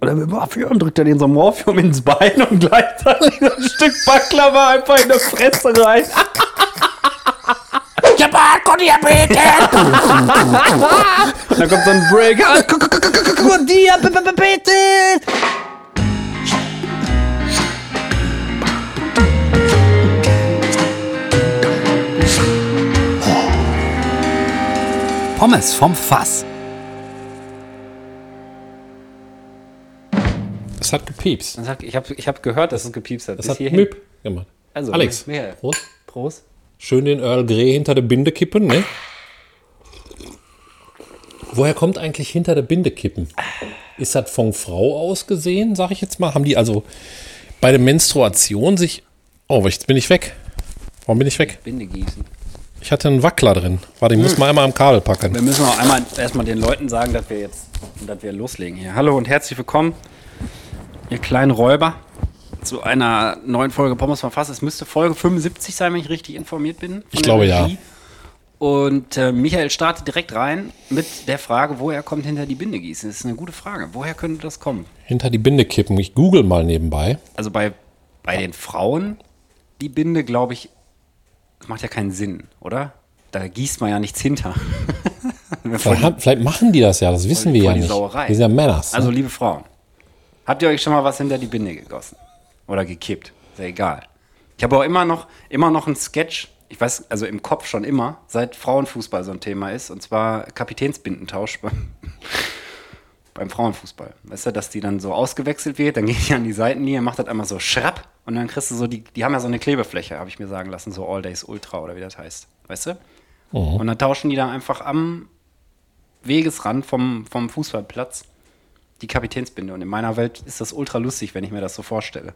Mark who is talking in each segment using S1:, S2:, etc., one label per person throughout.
S1: Oder mit Morphium drückt er den so Morphium ins Bein und gleichzeitig so ein Stück Baklava einfach in der Fresse rein.
S2: Ich hab Hardcore-Diabetes!
S1: Und dann kommt so ein Break. Ah, guck, guck, guck, guck, guck, Diabetes!
S2: Pommes vom Fass.
S3: Es hat gepiepst.
S1: Das hat- Ich habe ich hab gehört, dass es gepiepst hat.
S3: Es
S1: Bis
S3: hat
S1: hierhin.
S3: Müpp gemacht.
S1: Also,
S3: Alex,
S1: mehr.
S3: Prost.
S1: Prost.
S3: Schön den Earl Grey hinter der Binde kippen, ne? Woher kommt eigentlich hinter der Binde kippen? Ist das von Frau aus gesehen, sag ich jetzt mal? Haben die also bei der Menstruation sich. Oh, jetzt bin ich weg. Warum bin ich weg?
S1: Binde gießen.
S3: Ich hatte einen Wackler drin. Warte, ich muss
S1: Hm.
S3: mal einmal am Kabel packen.
S1: Wir müssen auch einmal erstmal den Leuten sagen, dass wir jetzt dass wir loslegen hier. Hallo und herzlich willkommen, ihr kleinen Räuber, zu einer neuen Folge Pommes vom Fass. Es müsste Folge 75 sein, wenn ich richtig informiert bin. von der
S3: Ich glaube, ja.
S1: Und äh, Michael startet direkt rein mit der Frage, woher kommt hinter die Binde gießen? Das ist eine gute Frage. Woher könnte das kommen?
S3: Hinter die Binde kippen. Ich google mal nebenbei.
S1: Also bei, bei den Frauen, die Binde, glaube ich, das macht ja keinen Sinn, oder? Da gießt man ja nichts hinter.
S3: Vielleicht, haben- vielleicht machen die das ja, das wissen wir
S1: voll
S3: ja
S1: die
S3: nicht.
S1: Sauerei.
S3: Die sind ja Männers. ne?
S1: Also, liebe Frauen, habt ihr euch schon mal was hinter die Binde gegossen? Oder gekippt? Ist ja egal. Ich habe auch immer noch, immer noch einen Sketch, ich weiß, also im Kopf schon immer, seit Frauenfußball so ein Thema ist, und zwar Kapitänsbindentausch beim, beim Frauenfußball. Weißt du, dass die dann so ausgewechselt wird, dann geht die an die Seitenlinie, macht das einmal so schrapp und dann kriegst du so, die, die haben ja so eine Klebefläche, habe ich mir sagen lassen, so All Days Ultra oder wie das heißt. Weißt du?
S3: Mhm.
S1: Und dann tauschen die dann einfach am Wegesrand vom, vom Fußballplatz die Kapitänsbinde. Und in meiner Welt ist das ultra lustig, wenn ich mir das so vorstelle.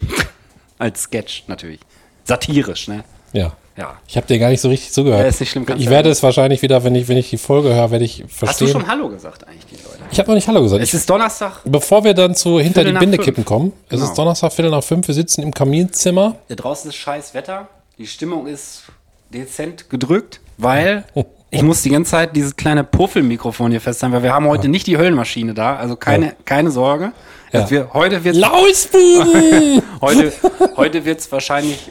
S1: Als Sketch natürlich. Satirisch, ne?
S3: Ja.
S1: Ja.
S3: Ich habe dir gar nicht so richtig zugehört.
S1: Ja, ist nicht schlimm, kannst
S3: ich
S1: du
S3: werde es wahrscheinlich wieder, wenn ich, wenn ich die Folge höre, werde ich verstehen.
S1: Hast du schon Hallo gesagt eigentlich, die Leute?
S3: ich habe noch nicht Hallo gesagt.
S1: Es
S3: Ich,
S1: ist Donnerstag,
S3: bevor wir dann zu hinter
S1: Viertel
S3: die
S1: nach
S3: Binde
S1: fünf.
S3: kippen kommen, es
S1: Genau.
S3: ist Donnerstag, Viertel nach fünf, wir sitzen im Kaminzimmer.
S1: da draußen ist scheiß Wetter, die Stimmung ist dezent gedrückt, weil ich muss die ganze Zeit dieses kleine Puffelmikrofon hier festhalten, weil wir haben heute nicht die Höllenmaschine da, also keine, keine Sorge. Also wir, heute wird
S3: Lausbuben!
S1: Heute, heute wird es wahrscheinlich,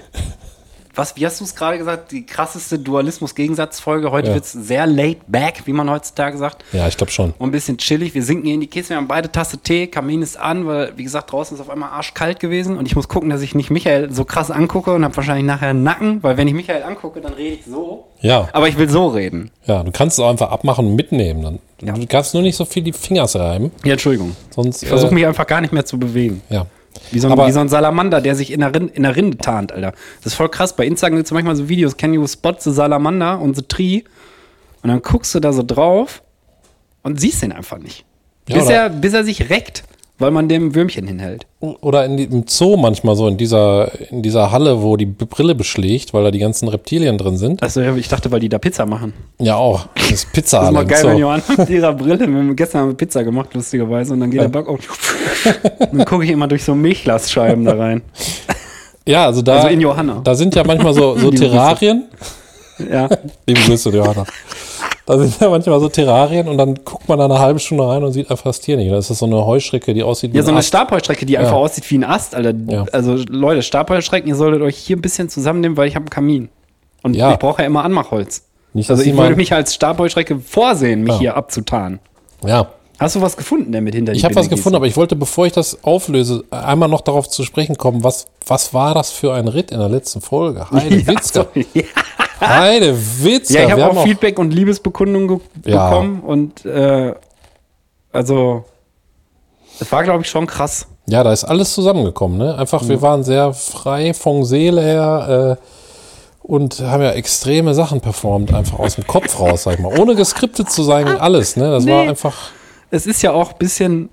S1: was, wie hast du es gerade gesagt, die krasseste Dualismus-Gegensatzfolge. Heute
S3: Ja.
S1: wird es sehr laid back, wie man heutzutage sagt.
S3: ja, ich glaube schon.
S1: Und ein bisschen chillig. Wir sinken hier in die Kiste, wir haben beide Tasse Tee, Kamin ist an, weil, wie gesagt, draußen ist auf einmal arschkalt gewesen. Und ich muss gucken, dass ich nicht Michael so krass angucke und habe wahrscheinlich nachher einen Nacken, weil wenn ich Michael angucke, dann rede ich so.
S3: Ja,
S1: Aber ich will so reden.
S3: ja, du kannst es auch einfach abmachen und mitnehmen. Dann. Du kannst nur nicht so viel die Fingers reiben,
S1: Ja, Entschuldigung.
S3: sonst.
S1: Ich versuche
S3: äh,
S1: mich einfach gar nicht mehr zu bewegen.
S3: Ja.
S1: Wie so, ein,
S3: Aber-
S1: wie so ein Salamander, der sich in der, Rin in der Rinde tarnt, Alter. Das ist voll krass. Bei Instagram gibt es manchmal so Videos, can you spot the Salamander und the tree? Und dann guckst du da so drauf und siehst den einfach nicht.
S3: Ja,
S1: bis,
S3: oder-
S1: er, bis er sich reckt, weil man dem Würmchen hinhält.
S3: Oder in die, im Zoo manchmal so, in dieser, in dieser Halle, wo die Brille beschlägt, weil da die ganzen Reptilien drin sind.
S1: Achso, ja, ich dachte, weil die da Pizza machen.
S3: Ja, auch. Das ist Pizza
S1: Das ist mal
S3: im
S1: geil,
S3: Zoo.
S1: wenn Johanna mit ihrer Brille, wir haben gestern haben wir Pizza gemacht, lustigerweise, und dann geht der Back auf. Dann gucke ich immer durch so Milchglasscheiben da rein.
S3: Ja, also da,
S1: Also in Johanna.
S3: da sind ja manchmal so, so Terrarien.
S1: Ja.
S3: Liebe Grüße, Johanna. Da sind ja manchmal so Terrarien und dann guckt man da eine halbe Stunde rein und sieht einfach das Tier nicht. Da ist das so eine Heuschrecke, die aussieht wie
S1: Ja, so
S3: ein
S1: eine
S3: Ast.
S1: Stabheuschrecke, die einfach
S3: Ja.
S1: aussieht wie ein Ast, Alter.
S3: Ja.
S1: Also Leute, Stabheuschrecken, ihr solltet euch hier ein bisschen zusammennehmen, weil ich habe einen Kamin. Und
S3: Ja.
S1: ich brauche ja immer Anmachholz.
S3: Nicht, dass
S1: also ich
S3: die
S1: würde
S3: mal-
S1: mich als Stabheuschrecke vorsehen, mich
S3: Ja.
S1: hier abzutarnen.
S3: Ja,
S1: Hast du was gefunden damit hinter
S3: ich habe was gefunden, aber ich wollte, bevor ich das auflöse, einmal noch darauf zu sprechen kommen, was, was war das für ein Ritt in der letzten Folge? Heide Witzka.
S1: Ja,
S3: Heide Witzka.
S1: ja ich habe
S3: Wir
S1: auch,
S3: haben auch-
S1: Feedback und Liebesbekundungen ge
S3: Ja.
S1: bekommen und äh, also das war, glaube ich, schon krass.
S3: Ja, da ist alles zusammengekommen. Ne? Einfach, wir
S1: Mhm.
S3: waren sehr frei von Seele her äh, und haben ja extreme Sachen performt, einfach aus dem Kopf raus, sag ich mal. Ohne geskriptet zu sein und alles. Ne? Das war
S1: Ah, Nee.
S3: einfach.
S1: es ist ja auch ein bisschen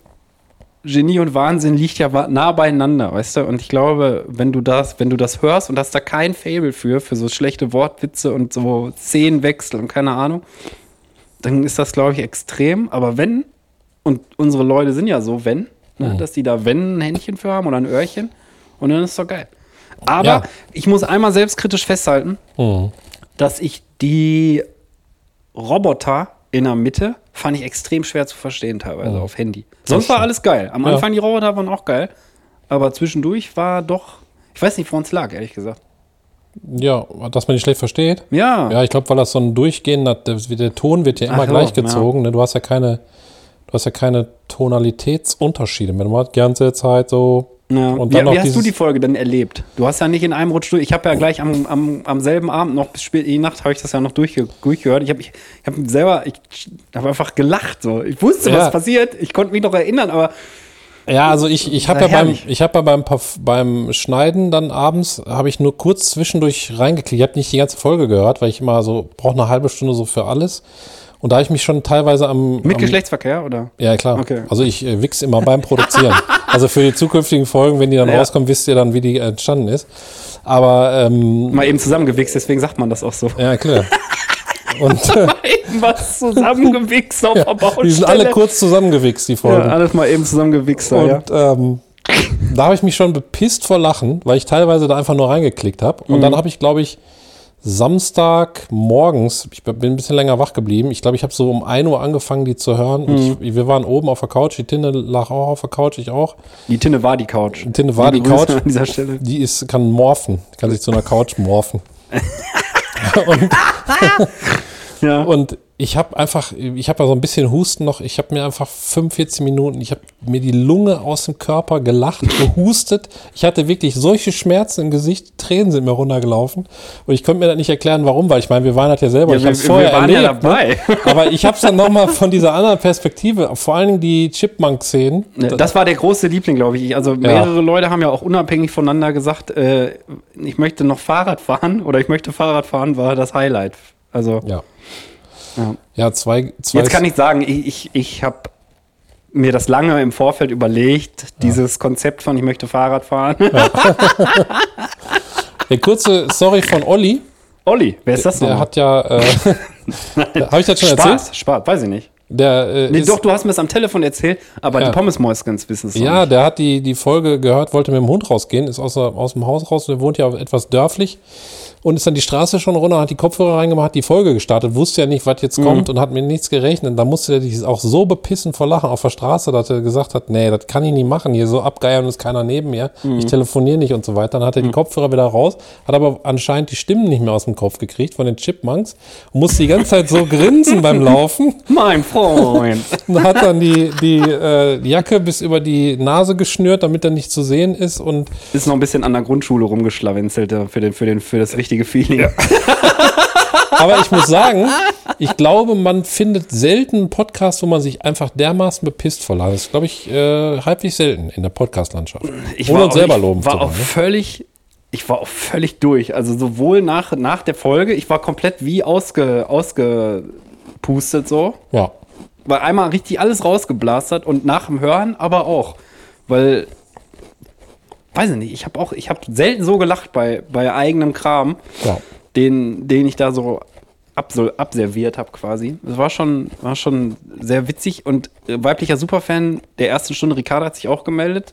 S1: Genie und Wahnsinn liegt ja wa- nah beieinander, weißt du? Und ich glaube, wenn du das, wenn du das hörst und hast da kein Fable für, für so schlechte Wortwitze und so Szenenwechsel und keine Ahnung, dann ist das, glaube ich, extrem. Aber wenn, und unsere Leute sind ja so, wenn, ne, dass die da wenn ein Händchen für haben oder ein Öhrchen, und dann ist doch geil. Aber
S3: Ja.
S1: ich muss einmal selbstkritisch festhalten, dass ich die Roboter in der Mitte fand ich extrem schwer zu verstehen teilweise auf Handy. Sonst war
S3: Oh. stimmt.
S1: alles geil. Am Anfang die Roboter waren auch geil, aber zwischendurch war doch, ich weiß nicht, woran es lag, ehrlich gesagt.
S3: Ja, dass man die schlecht versteht.
S1: Ja.
S3: Ja, ich glaube, weil das so ein durchgehender, der, der Ton wird ja immer
S1: Ach so,
S3: gleich gezogen. Ne? Du hast ja keine, du hast ja keine Tonalitätsunterschiede. Wenn du mal die ganze Zeit so
S1: Ja.
S3: und
S1: wie
S3: dann noch
S1: wie hast du
S3: dieses,
S1: die Folge denn erlebt? Du hast ja nicht in einem Rutsch durch. Ich habe ja gleich am, am, am selben Abend noch bis spät in die Nacht habe ich das ja noch durchge durchgehört. Ich habe ich, ich hab selber, ich habe einfach gelacht. So. Ich wusste,
S3: Ja.
S1: was passiert. Ich konnte mich noch erinnern, aber
S3: Ja, also ich, ich habe
S1: Na,
S3: ja beim,
S1: herrlich.
S3: ich hab ja beim, Perf- beim Schneiden dann abends, habe ich nur kurz zwischendurch reingeklickt. Ich habe nicht die ganze Folge gehört, weil ich immer so, brauche eine halbe Stunde so für alles. Und da hab ich mich schon teilweise am...
S1: mit
S3: am
S1: Geschlechtsverkehr, oder?
S3: ja, klar.
S1: Okay.
S3: Also ich äh, wichs immer beim Produzieren. also für die zukünftigen Folgen, wenn die dann
S1: Ja.
S3: rauskommen, wisst ihr dann, wie die äh, entstanden ist. Aber, ähm,
S1: Mal eben zusammengewichst, deswegen sagt man das auch so.
S3: ja, klar. Und äh,
S1: eben was zusammengewichst auf der Baustelle.
S3: die sind alle kurz zusammengewichst, die
S1: Ja,
S3: Folgen.
S1: alles mal eben zusammengewichst. da, ja.
S3: Und ähm, da habe ich mich schon bepisst vor Lachen, weil ich teilweise da einfach nur reingeklickt habe. Und
S1: Mhm.
S3: dann habe ich, glaube ich, Samstag morgens, ich bin ein bisschen länger wach geblieben. Ich glaube, ich habe so um 1 Uhr angefangen, die zu hören.
S1: Mhm.
S3: Und ich, wir waren oben auf der Couch, die Tinte lag auch auf der Couch, ich auch.
S1: Die Tinne war die Couch.
S3: Die Tinte war die,
S1: Grüße
S3: Couch.
S1: an dieser Stelle.
S3: Die ist, kann morphen, kann sich zu einer Couch morphen. und
S1: Ja.
S3: und ich habe einfach, ich habe ja so ein bisschen Husten noch. Ich habe mir einfach 45 Minuten, ich habe mir die Lunge aus dem Körper gelacht, gehustet. Ich hatte wirklich solche Schmerzen im Gesicht, Tränen sind mir runtergelaufen. Und ich konnte mir das nicht erklären, warum, weil ich meine, wir waren das ja selber. ich
S1: wir,
S3: hab's
S1: wir
S3: vorher
S1: waren ja
S3: erlebt.
S1: dabei.
S3: aber ich habe es dann nochmal von dieser anderen Perspektive, vor allen Dingen die Chipmunk-Szenen.
S1: Das war der große Liebling, glaube ich. Also mehrere Leute haben ja auch unabhängig voneinander gesagt, äh, ich möchte noch Fahrrad fahren oder ich möchte Fahrrad fahren, war das Highlight. Also
S3: Ja.
S1: Ja.
S3: Ja, zwei, zwei.
S1: jetzt kann ich sagen, ich, ich, ich habe mir das lange im Vorfeld überlegt, dieses Konzept von ich möchte Fahrrad fahren.
S3: Der kurze Sorry von Olli,
S1: Olli, wer ist das
S3: der
S1: nochmal?
S3: hat ja. Äh, habe ich das schon erzählt?
S1: Spaß, Spaß, weiß ich nicht.
S3: Der, äh,
S1: Nee,
S3: ist,
S1: doch, du hast mir es am Telefon erzählt, aber
S3: Ja.
S1: die Pommesmäuskens wissen es noch
S3: Ja,
S1: nicht.
S3: der hat die, die Folge gehört, wollte mit dem Hund rausgehen, ist aus, der- aus dem Haus raus, der wohnt ja etwas dörflich und ist dann die Straße schon runter, hat die Kopfhörer reingemacht, hat die Folge gestartet, wusste ja nicht, was jetzt kommt und hat mir nichts gerechnet. Da musste der sich auch so bepissen vor Lachen auf der Straße, dass er gesagt hat, nee, das kann ich nicht machen, hier so abgeiern ist keiner neben mir, ich telefoniere nicht und so weiter. Dann hat er die Kopfhörer wieder raus, hat aber anscheinend die Stimmen nicht mehr aus dem Kopf gekriegt von den Chipmunks und musste die ganze Zeit so grinsen beim Laufen
S1: Mein Freund.
S3: und hat dann die, die äh, Jacke bis über die Nase geschnürt, damit er nicht zu sehen ist. Und
S1: Ist noch ein bisschen an der Grundschule rumgeschlawenzelt äh, für, den, für, den, für das richtige Feeling.
S3: aber ich muss sagen, ich glaube, man findet selten einen Podcast, wo man sich einfach dermaßen bepisst vor Lachen. Das ist, glaube ich, äh, halbwegs selten in der Podcast-Landschaft. Ohne uns selber
S1: ich
S3: loben
S1: war
S3: zu
S1: auch
S3: wollen, ne?
S1: völlig, ich war auch völlig durch. Also sowohl nach, nach der Folge, ich war komplett wie ausge, ausgepustet so.
S3: Ja.
S1: Weil einmal richtig alles rausgeblastert und nach dem Hören aber auch. Weil, weiß ich nicht, ich habe auch, ich habe selten so gelacht bei, bei eigenem Kram,
S3: Ja.
S1: den, den ich da so absol, abserviert habe quasi. Es war schon, war schon sehr witzig und äh, weiblicher Superfan der ersten Stunde, Ricardo hat sich auch gemeldet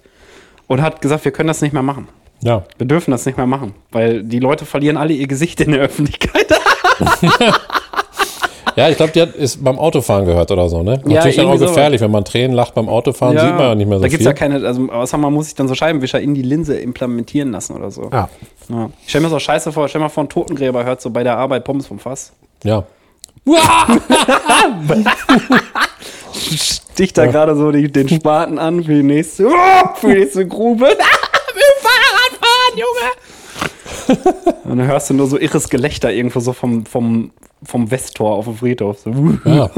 S1: und hat gesagt, wir können das nicht mehr machen.
S3: Ja.
S1: Wir dürfen das nicht mehr machen, weil die Leute verlieren alle ihr Gesicht in der Öffentlichkeit.
S3: Ja, ich glaube, die hat es beim Autofahren gehört oder so, ne?
S1: Ja,
S3: Natürlich dann auch
S1: irgendwie sowas.
S3: gefährlich, wenn man Tränen lacht beim Autofahren, sieht man ja nicht mehr so
S1: da
S3: viel.
S1: gibt's ja keine, also außer man muss sich dann so Scheibenwischer in die Linse implementieren lassen oder so.
S3: ja.
S1: Ja. Ich stell mir das auch scheiße vor, stell mir vor, ein Totengräber hört so bei der Arbeit Pommes vom Fass.
S3: ja.
S1: Sticht da gerade so die, den Spaten an für die nächste, Uah, für die nächste Grube. Mit Ah, Fahrrad fahren, Junge! Und dann hörst du nur so irres Gelächter irgendwo so vom, vom, vom Westtor auf dem Friedhof. So.
S3: Ja.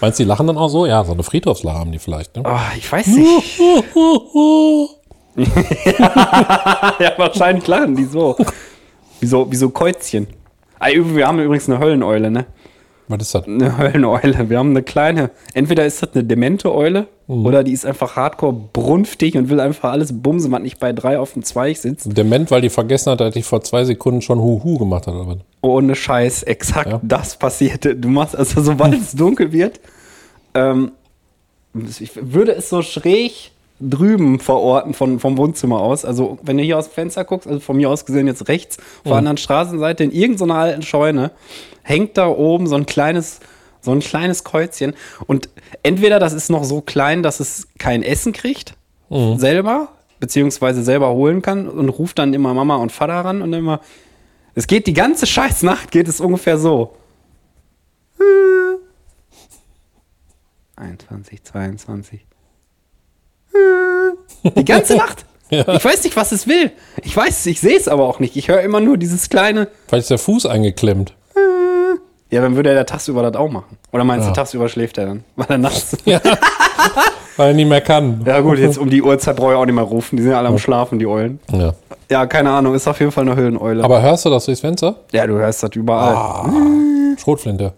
S3: Meinst du, die lachen dann auch so? Ja, so eine Friedhofslache haben die vielleicht, ne?
S1: Ah, ich weiß nicht. ja, wahrscheinlich lachen die so. Wieso, wieso Käuzchen? Ah, üb- wir haben übrigens eine Hölleneule, ne?
S3: Was ist das?
S1: Eine Hölleneule. Wir haben eine kleine. Entweder ist das eine demente Eule oder die ist einfach hardcore brunftig und will einfach alles bumsen, was nicht bei drei auf dem Zweig sitzt.
S3: Dement, weil die vergessen hat, dass ich vor zwei Sekunden schon Huhu gemacht hat. Oder was?
S1: Ohne Scheiß, exakt
S3: Ja.
S1: das passierte. Du machst also, sobald es dunkel wird, ähm, ich würde es so schräg drüben verorten von, vom Wohnzimmer aus. Also wenn du hier aus dem Fenster guckst, also von mir aus gesehen jetzt rechts, auf der anderen Straßenseite in irgendeiner alten Scheune, hängt da oben so ein kleines, so ein kleines Kreuzchen. Und entweder das ist noch so klein, dass es kein Essen kriegt, selber, beziehungsweise selber holen kann und ruft dann immer Mama und Vater ran und immer, es geht die ganze Scheißnacht, geht es ungefähr so. 21, 22. Die ganze Nacht. Ich weiß nicht, was es will. Ich weiß es, ich sehe es aber auch nicht. Ich höre immer nur dieses kleine.
S3: Vielleicht ist der Fuß eingeklemmt.
S1: Ja, dann würde er da tagsüber das auch machen. Oder meinst
S3: Ja.
S1: du, tagsüber schläft er dann? Weil er nachts.
S3: Ja. Weil er nicht mehr kann.
S1: Ja, gut, jetzt um die Uhrzeit brauche ich auch nicht mehr rufen. Die sind ja alle am Schlafen, die Eulen.
S3: Ja.
S1: Ja, keine Ahnung, ist auf jeden Fall eine Höhleneule.
S3: Aber Ah. hörst du das durchs Fenster?
S1: ja, du hörst das überall.
S3: Schrotflinte.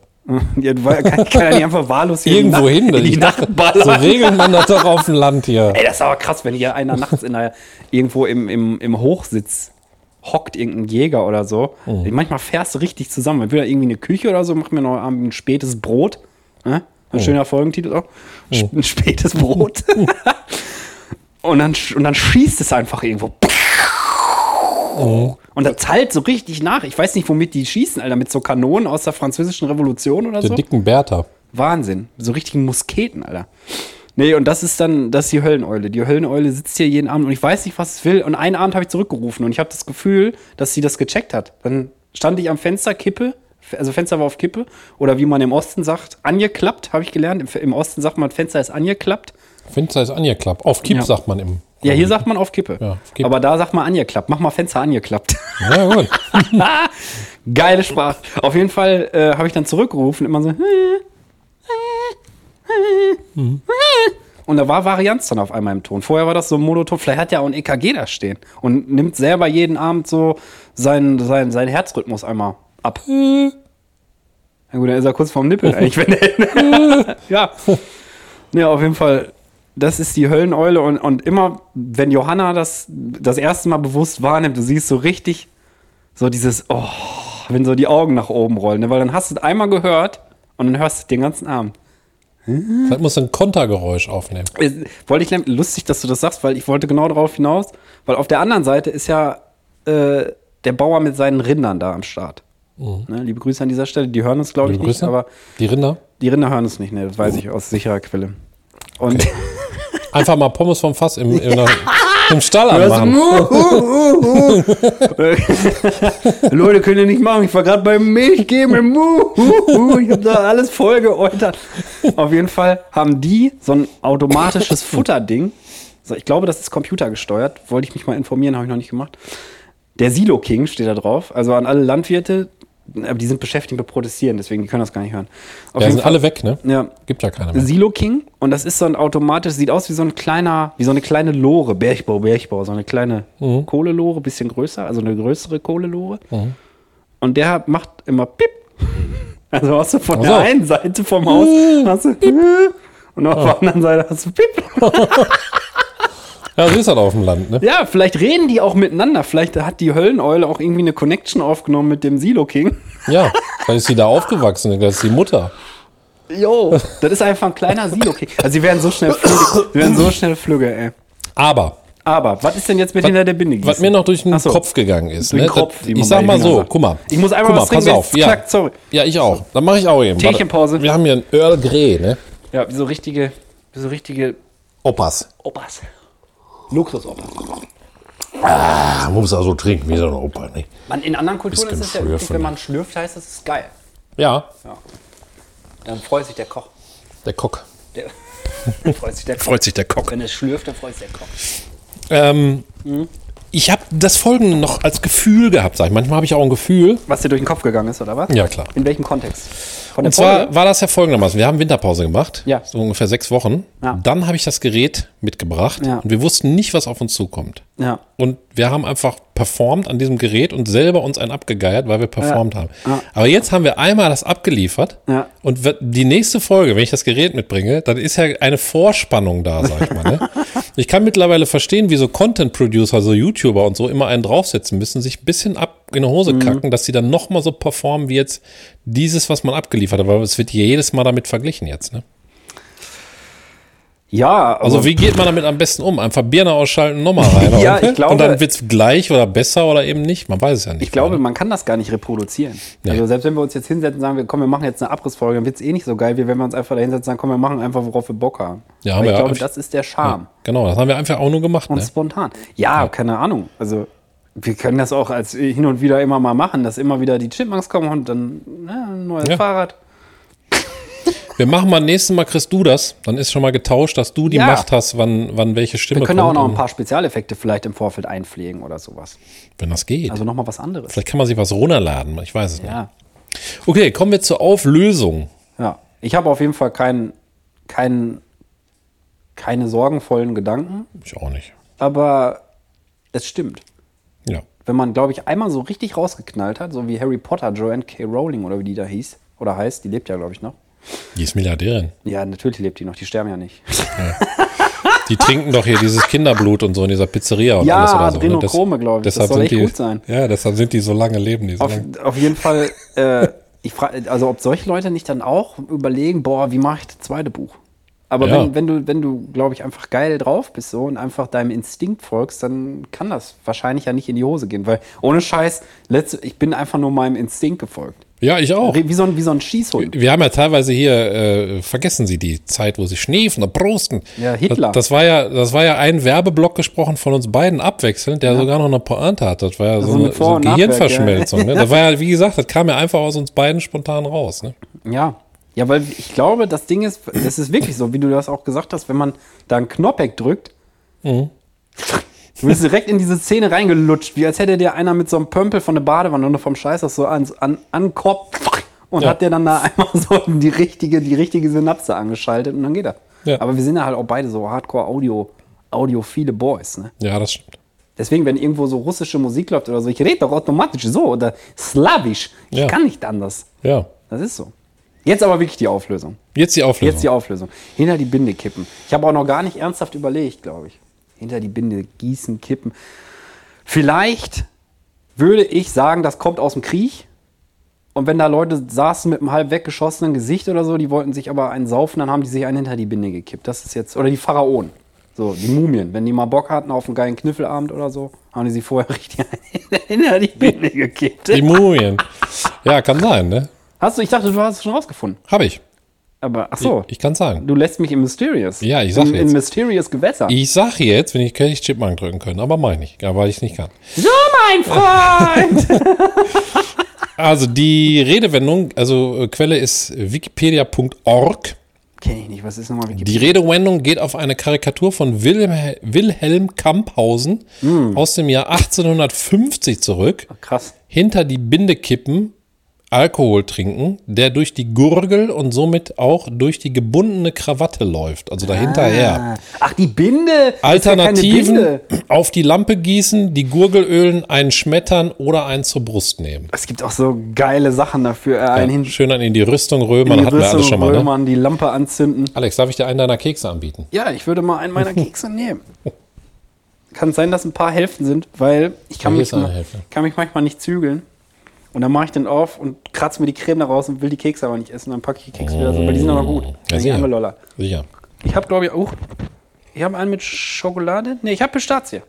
S1: Ja, du we- kann, kann ja nicht einfach wahllos hier in die
S3: Irgendwo
S1: Nacht-
S3: hin. ne?
S1: in die
S3: Ich dachte,
S1: Nacht ballern.
S3: so regelt man das doch auf dem Land hier.
S1: Ey, das ist aber krass, wenn hier einer nachts in der, irgendwo im, im, im Hochsitz hockt, irgendein Jäger oder so.
S3: Mhm.
S1: Manchmal fährst du richtig zusammen. Entweder irgendwie eine Küche oder so, mach mir noch abends ein spätes Brot. Ne?
S3: Mhm.
S1: Ein schöner Folgentitel auch. Sch- Ein spätes Brot. und, dann, sch- und dann schießt es einfach irgendwo.
S3: Mhm.
S1: Und das zahlt so richtig nach. Ich weiß nicht, womit die schießen, Alter. Mit so Kanonen aus der französischen Revolution oder
S3: Den
S1: so.
S3: dicken Bertha.
S1: Wahnsinn. So richtigen Musketen, Alter. Nee, und das ist dann, das ist die Hölleneule. Die Hölleneule sitzt hier jeden Abend und ich weiß nicht, was es will. Und einen Abend habe ich zurückgerufen und ich habe das Gefühl, dass sie das gecheckt hat. Dann stand ich am Fenster, Kippe, also Fenster war auf Kippe oder wie man im Osten sagt, angeklappt, habe ich gelernt. Im, Im Osten sagt man, Fenster ist angeklappt.
S3: Fenster ist angeklappt. Auf Kipp
S1: Ja.
S3: sagt man im.
S1: Ja, hier sagt man auf Kippe.
S3: Mhm. Ja, auf Kippe.
S1: Aber da sagt man angeklappt. Mach mal Fenster angeklappt.
S3: Ja, gut.
S1: Geile Sprache. Auf jeden Fall äh, habe ich dann zurückgerufen, immer so. Und da war Varianz dann auf einmal im Ton. Vorher war das so ein Monoton. Vielleicht hat ja auch ein EKG da stehen und nimmt selber jeden Abend so seinen, seinen, seinen Herzrhythmus einmal ab. Na gut, dann ist er kurz vorm Nippel eigentlich, wenn er. ja. Ja, auf jeden Fall. Das ist die Hölleneule und, und immer, wenn Johanna das das erste Mal bewusst wahrnimmt, du siehst so richtig so dieses, oh, wenn so die Augen nach oben rollen, ne? weil dann hast du es einmal gehört und dann hörst du es den ganzen Abend.
S3: Vielleicht muss ein Kontergeräusch aufnehmen.
S1: Äh, Wollte ich, nämlich- lustig, dass du das sagst, weil ich wollte genau darauf hinaus, weil auf der anderen Seite ist ja äh, der Bauer mit seinen Rindern da am Start. Ne? Liebe Grüße an dieser Stelle, die hören uns, glaube ich,
S3: Mhm. Liebe
S1: nicht,
S3: Grüße. Oh.
S1: aber
S3: Die Rinder.
S1: die Rinder hören uns nicht, ne? das weiß ich aus sicherer Quelle. Und
S3: Einfach mal Pommes vom Fass im, im, im Stall anmachen.
S1: Leute, könnt ihr nicht machen. Ich war gerade beim Milch geben. Mu, hu, hu. Ich habe da alles voll geäutert. Auf jeden Fall haben die so ein automatisches Futterding. So, ich glaube, das ist computergesteuert. Wollte ich mich mal informieren, habe ich noch nicht gemacht. Der Silo King steht da drauf. Also an alle Landwirte. Aber die sind beschäftigt mit Protestieren, deswegen die können das gar nicht hören. Auf
S3: Ja,
S1: jeden
S3: sind alle weg, ne?
S1: Ja.
S3: Gibt ja keine mehr.
S1: Silo King und das ist so ein automatisch, sieht aus wie so ein kleiner, wie so eine kleine Lore, Bergbau, Bergbau, so eine kleine
S3: Mhm.
S1: Kohlelore, bisschen größer, also eine größere Kohlelore. Und der macht immer Pip. Also hast du von
S3: Ach so. Uh,
S1: der einen Seite vom Haus hast du Pip und auf
S3: Oh.
S1: der anderen Seite hast du Pip.
S3: Ja, so ist das auf dem Land, ne?
S1: Ja, vielleicht reden die auch miteinander. Vielleicht hat die Hölleneule auch irgendwie eine Connection aufgenommen mit dem Silo King.
S3: Ja. Vielleicht ist sie da aufgewachsen, das ist die Mutter.
S1: Jo, das ist einfach ein kleiner Silo King. Also sie werden so schnell flügge, sie werden so schnell flügge, ey.
S3: Aber,
S1: Aber, was ist denn jetzt mit hinter der Binde
S3: was mir noch durch den
S1: Ach so.
S3: Kopf gegangen ist,
S1: Durch
S3: ne?
S1: den Kopf,
S3: das,
S1: wie man
S3: ich sag
S1: bei
S3: mal
S1: Wiener
S3: so,
S1: sagt.
S3: guck mal.
S1: Ich muss einmal
S3: guck mal,
S1: was trinken,
S3: pass auf.
S1: jetzt
S3: Ja.
S1: knackt, sorry.
S3: ja, ich auch. Dann mache ich auch eben. Warte.
S1: Tierchenpause.
S3: Wir haben hier ein Earl Grey, ne?
S1: Ja, wie so richtige, wie so richtige
S3: Opas.
S1: Opas.
S3: Da Ah, muss er so trinken wie so ein Opa, ne?
S1: Man, in anderen Kulturen ist
S3: Bisschen
S1: es ja üblich,
S3: schlürfen.
S1: wenn man schlürft, heißt es, es ist geil.
S3: Ja,
S1: Dann freut sich der Koch.
S3: der Kock.
S1: Der, dann freut sich der Koch.
S3: Freut sich der Kock.
S1: Wenn Mhm. es schlürft, dann freut sich der Koch.
S3: Ähm, Ich habe das Folgende noch als Gefühl gehabt, sag ich. Manchmal habe ich auch ein Gefühl.
S1: Was dir durch den Kopf gegangen ist, oder was?
S3: Ja, klar.
S1: In welchem Kontext? Von der
S3: Und zwar
S1: Folge?
S3: war das ja folgendermaßen. Wir haben Winterpause gemacht,
S1: Ja.
S3: so ungefähr sechs Wochen.
S1: Ja.
S3: Dann habe ich das Gerät mitgebracht
S1: Ja.
S3: und wir wussten nicht, was auf uns zukommt.
S1: Ja.
S3: Und wir haben einfach performt an diesem Gerät und selber uns einen abgegeiert, weil wir performt haben. Aber jetzt haben wir einmal das abgeliefert
S1: Ja.
S3: und wir- die nächste Folge, wenn ich das Gerät mitbringe, dann ist ja eine Vorspannung da, sag ich mal. Ne? ich kann mittlerweile verstehen, wie so Content-Producer, so YouTuber und so immer einen draufsetzen müssen, sich ein bisschen ab in die Hose kacken, dass sie dann nochmal so performen wie jetzt dieses, was man abgeliefert hat, weil es wird jedes Mal damit verglichen jetzt. Ne?
S1: Ja, aber
S3: Also wie geht man damit am besten um? Einfach Birne ausschalten, nochmal rein.
S1: Ja,
S3: Onkel?
S1: ich glaube-
S3: und dann wird's gleich oder besser oder eben nicht. Man weiß es ja nicht.
S1: ich glaube, man kann das gar nicht reproduzieren. Also selbst wenn wir uns jetzt hinsetzen und sagen, wir, komm, wir machen jetzt eine Abrissfolge, dann wird es eh nicht so geil, wie wenn wir uns einfach da hinsetzen und sagen, komm, wir machen einfach, worauf wir Bock haben.
S3: Ja,
S1: Weil
S3: aber
S1: ich glaube,
S3: ich-
S1: das ist der Charme.
S3: Genau, das haben wir einfach auch nur gemacht.
S1: Und
S3: Ne?
S1: spontan. Ja, keine Ahnung. Also wir können das auch als hin und wieder immer mal machen, dass immer wieder die Chipmunks kommen und dann ne, ein neues
S3: Ja.
S1: Fahrrad.
S3: Wir machen mal nächstes Mal, kriegst du das. Dann ist schon mal getauscht, dass du die
S1: Ja.
S3: Macht hast, wann, wann welche Stimme
S1: Wir können auch
S3: kommt
S1: noch ein
S3: und-
S1: paar Spezialeffekte vielleicht im Vorfeld einpflegen oder sowas.
S3: Wenn das geht.
S1: Also nochmal was anderes.
S3: Vielleicht kann man sich was runterladen. Ich weiß es nicht.
S1: Ja.
S3: Okay, kommen wir zur Auflösung.
S1: ja. Ich habe auf jeden Fall keinen, keinen, keine sorgenvollen Gedanken,
S3: Ich auch nicht.
S1: aber es stimmt.
S3: Ja.
S1: Wenn man, glaube ich, einmal so richtig rausgeknallt hat, so wie Harry Potter, Joanne K. Rowling oder wie die da hieß oder heißt, die lebt ja, glaube ich, noch.
S3: Die ist Milliardärin.
S1: Ja, natürlich lebt die noch, die sterben ja nicht.
S3: Die trinken doch hier dieses Kinderblut und so in dieser Pizzeria und
S1: Ja,
S3: alles oder so. ne?
S1: Adrenochrome, glaub ich. Das
S3: deshalb
S1: soll
S3: sind
S1: echt
S3: die,
S1: gut sein.
S3: Ja, deshalb sind die so lange leben. Die so
S1: Auf,
S3: lange.
S1: auf jeden Fall, äh, ich frage, also ob solche Leute nicht dann auch überlegen, boah, wie mache ich das zweite Buch? Aber
S3: Ja.
S1: wenn, wenn du, wenn du, glaube ich, einfach geil drauf bist so und einfach deinem Instinkt folgst, dann kann das wahrscheinlich ja nicht in die Hose gehen, weil ohne Scheiß, letzte, ich bin einfach nur meinem Instinkt gefolgt.
S3: Ja, ich auch.
S1: Wie so ein, wie so ein Schießhund.
S3: Wir haben ja teilweise hier, äh, vergessen Sie die Zeit, wo Sie schniefen und prosten.
S1: Ja, Hitler.
S3: Das, das, war ja, das war ja ein Werbeblock gesprochen von uns beiden abwechselnd, der sogar noch eine Pointe hat. Das war ja so
S1: mit
S3: eine,
S1: Vor-
S3: so
S1: und
S3: eine
S1: Nachwerk,
S3: Gehirnverschmelzung. Ne? Das war ja, wie gesagt, das kam ja einfach aus uns beiden spontan raus. Ne?
S1: Ja. Ja, weil ich glaube, das Ding ist, das ist wirklich so, wie du das auch gesagt hast, wenn man da einen Knoppek drückt,
S3: Mhm.
S1: du bist direkt in diese Szene reingelutscht, wie als hätte dir einer mit so einem Pömpel von der Badewanne oder vom Scheiß das so an, an, an Kopf und
S3: Ja.
S1: hat dir dann da einmal so die richtige, die richtige Synapse angeschaltet und dann geht das.
S3: Ja.
S1: Aber wir sind ja halt auch beide so Hardcore-Audio, audiophile Boys, ne?
S3: Ja, das stimmt.
S1: Deswegen, wenn irgendwo so russische Musik läuft oder so, ich rede doch automatisch so oder slawisch. Ich
S3: Ja.
S1: kann nicht anders.
S3: Ja.
S1: Das ist so. Jetzt aber wirklich die Auflösung.
S3: Jetzt die Auflösung.
S1: Jetzt die Auflösung. Hinter die Binde kippen. Ich habe auch noch gar nicht ernsthaft überlegt, glaube ich. Hinter die Binde gießen, kippen. Vielleicht würde ich sagen, das kommt aus dem Krieg. Und wenn da Leute saßen mit einem halb weggeschossenen Gesicht oder so, die wollten sich aber einen saufen, dann haben die sich einen hinter die Binde gekippt. Das ist jetzt. Oder die Pharaonen. So, die Mumien. Wenn die mal Bock hatten auf einen geilen Kniffelabend oder so, haben die sich vorher richtig hinter die Binde gekippt.
S3: Die Mumien. Ja, kann sein, ne?
S1: Hast du, ich dachte, du hast es schon rausgefunden.
S3: Habe ich.
S1: Aber ach so.
S3: Ich kann sagen.
S1: Du lässt mich in Mysterious.
S3: Ja, ich sag
S1: in, in
S3: jetzt.
S1: Mysterious Gewässer.
S3: Ich sage jetzt, wenn ich hätte ich Chipmunk drücken können, aber mach ich nicht, ja, weil ich es nicht kann.
S1: so, mein Freund!
S3: Also die Redewendung, also äh, Quelle ist wikipedia.org.
S1: Kenne ich nicht. Was ist nochmal Wikipedia?
S3: Die Redewendung geht auf eine Karikatur von Wilhelm, Wilhelm Kamphausen
S1: Hm.
S3: aus dem Jahr 1850 zurück.
S1: Krass.
S3: Hinter die Binde kippen, Alkohol trinken, der durch die Gurgel und somit auch durch die gebundene Krawatte läuft, also dahinterher.
S1: Ach, die Binde! Ist ja Ah. keine
S3: Alternativen
S1: Binde.
S3: auf die Lampe gießen, die Gurgel ölen, einen schmettern oder einen zur Brust nehmen.
S1: Es gibt auch so geile Sachen dafür. Äh, ein hin
S3: Schön dann in die Rüstung römern, hatten wir alles schon mal. Ne?
S1: Römern die Lampe anzünden.
S3: Alex, darf ich dir einen deiner Kekse anbieten?
S1: Ja, ich würde mal einen meiner Kekse nehmen. Kann sein, dass ein paar Hälften sind, weil ich kann,
S3: Ja, hier
S1: mich,
S3: ist eine
S1: ma-
S3: Hälfte.
S1: kann mich manchmal nicht zügeln. Und dann mache ich den auf und kratze mir die Creme da raus und will die Kekse aber nicht essen. Dann packe ich die Kekse wieder so, weil die sind aber gut. Bin ich
S3: sicher.
S1: angelollert.
S3: Sicher.
S1: Ich habe, glaube ich, auch. Ich habe einen mit Schokolade. Nee, ich habe Pistazie.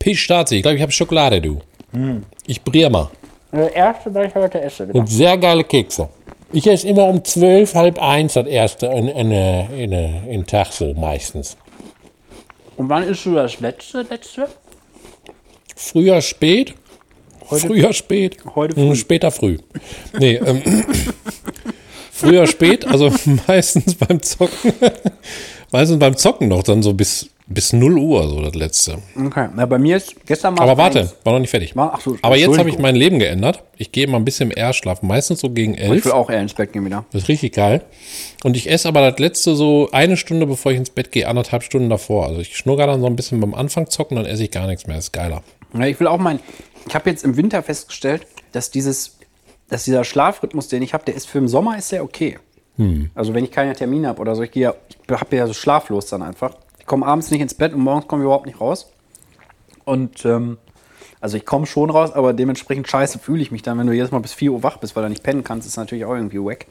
S3: Pistazie, ich glaube, ich habe Schokolade, du. Ich briere mal.
S1: Das Äh, erste, was ich heute esse.
S3: Und sehr geile Kekse. Ich esse immer um zwölf, halb eins das erste in, in, äh, in, in, in Tag so meistens.
S1: Und wann isst du das letzte? letzte?
S3: Früher spät. früher spät.
S1: heute
S3: Hm, Später früh. Nee, ähm, früher spät, also meistens beim Zocken. meistens beim Zocken noch, dann so bis, bis 0 Uhr, so das letzte.
S1: Okay. Na, bei mir ist gestern mal.
S3: Aber warte,
S1: eins.
S3: war noch nicht fertig.
S1: War- ach so,
S3: Aber jetzt habe ich
S1: Entschuldigung.
S3: mein Leben geändert. Ich gehe immer ein bisschen eher schlafen, meistens so gegen
S1: Ich will
S3: 11.
S1: auch eher ins Bett gehen wieder.
S3: Das ist richtig geil. Und ich esse aber das letzte so eine Stunde, bevor ich ins Bett gehe, anderthalb Stunden davor. Also ich schnurre dann so ein bisschen beim Anfang zocken, dann esse ich gar nichts mehr. ist geiler.
S1: Ja, ich will auch mein. Ich habe jetzt im Winter festgestellt, dass dieses, dass dieser Schlafrhythmus, den ich habe, der ist für im Sommer ist der okay. Also wenn ich keine Termine habe oder so, ich gehe ja, ich habe ja so schlaflos dann einfach. Ich komme abends nicht ins Bett und morgens komme ich überhaupt nicht raus. Und ähm, also ich komme schon raus, aber dementsprechend scheiße fühle ich mich dann, wenn du jedes Mal bis 4 Uhr wach bist, weil du nicht pennen kannst, ist natürlich auch irgendwie wack.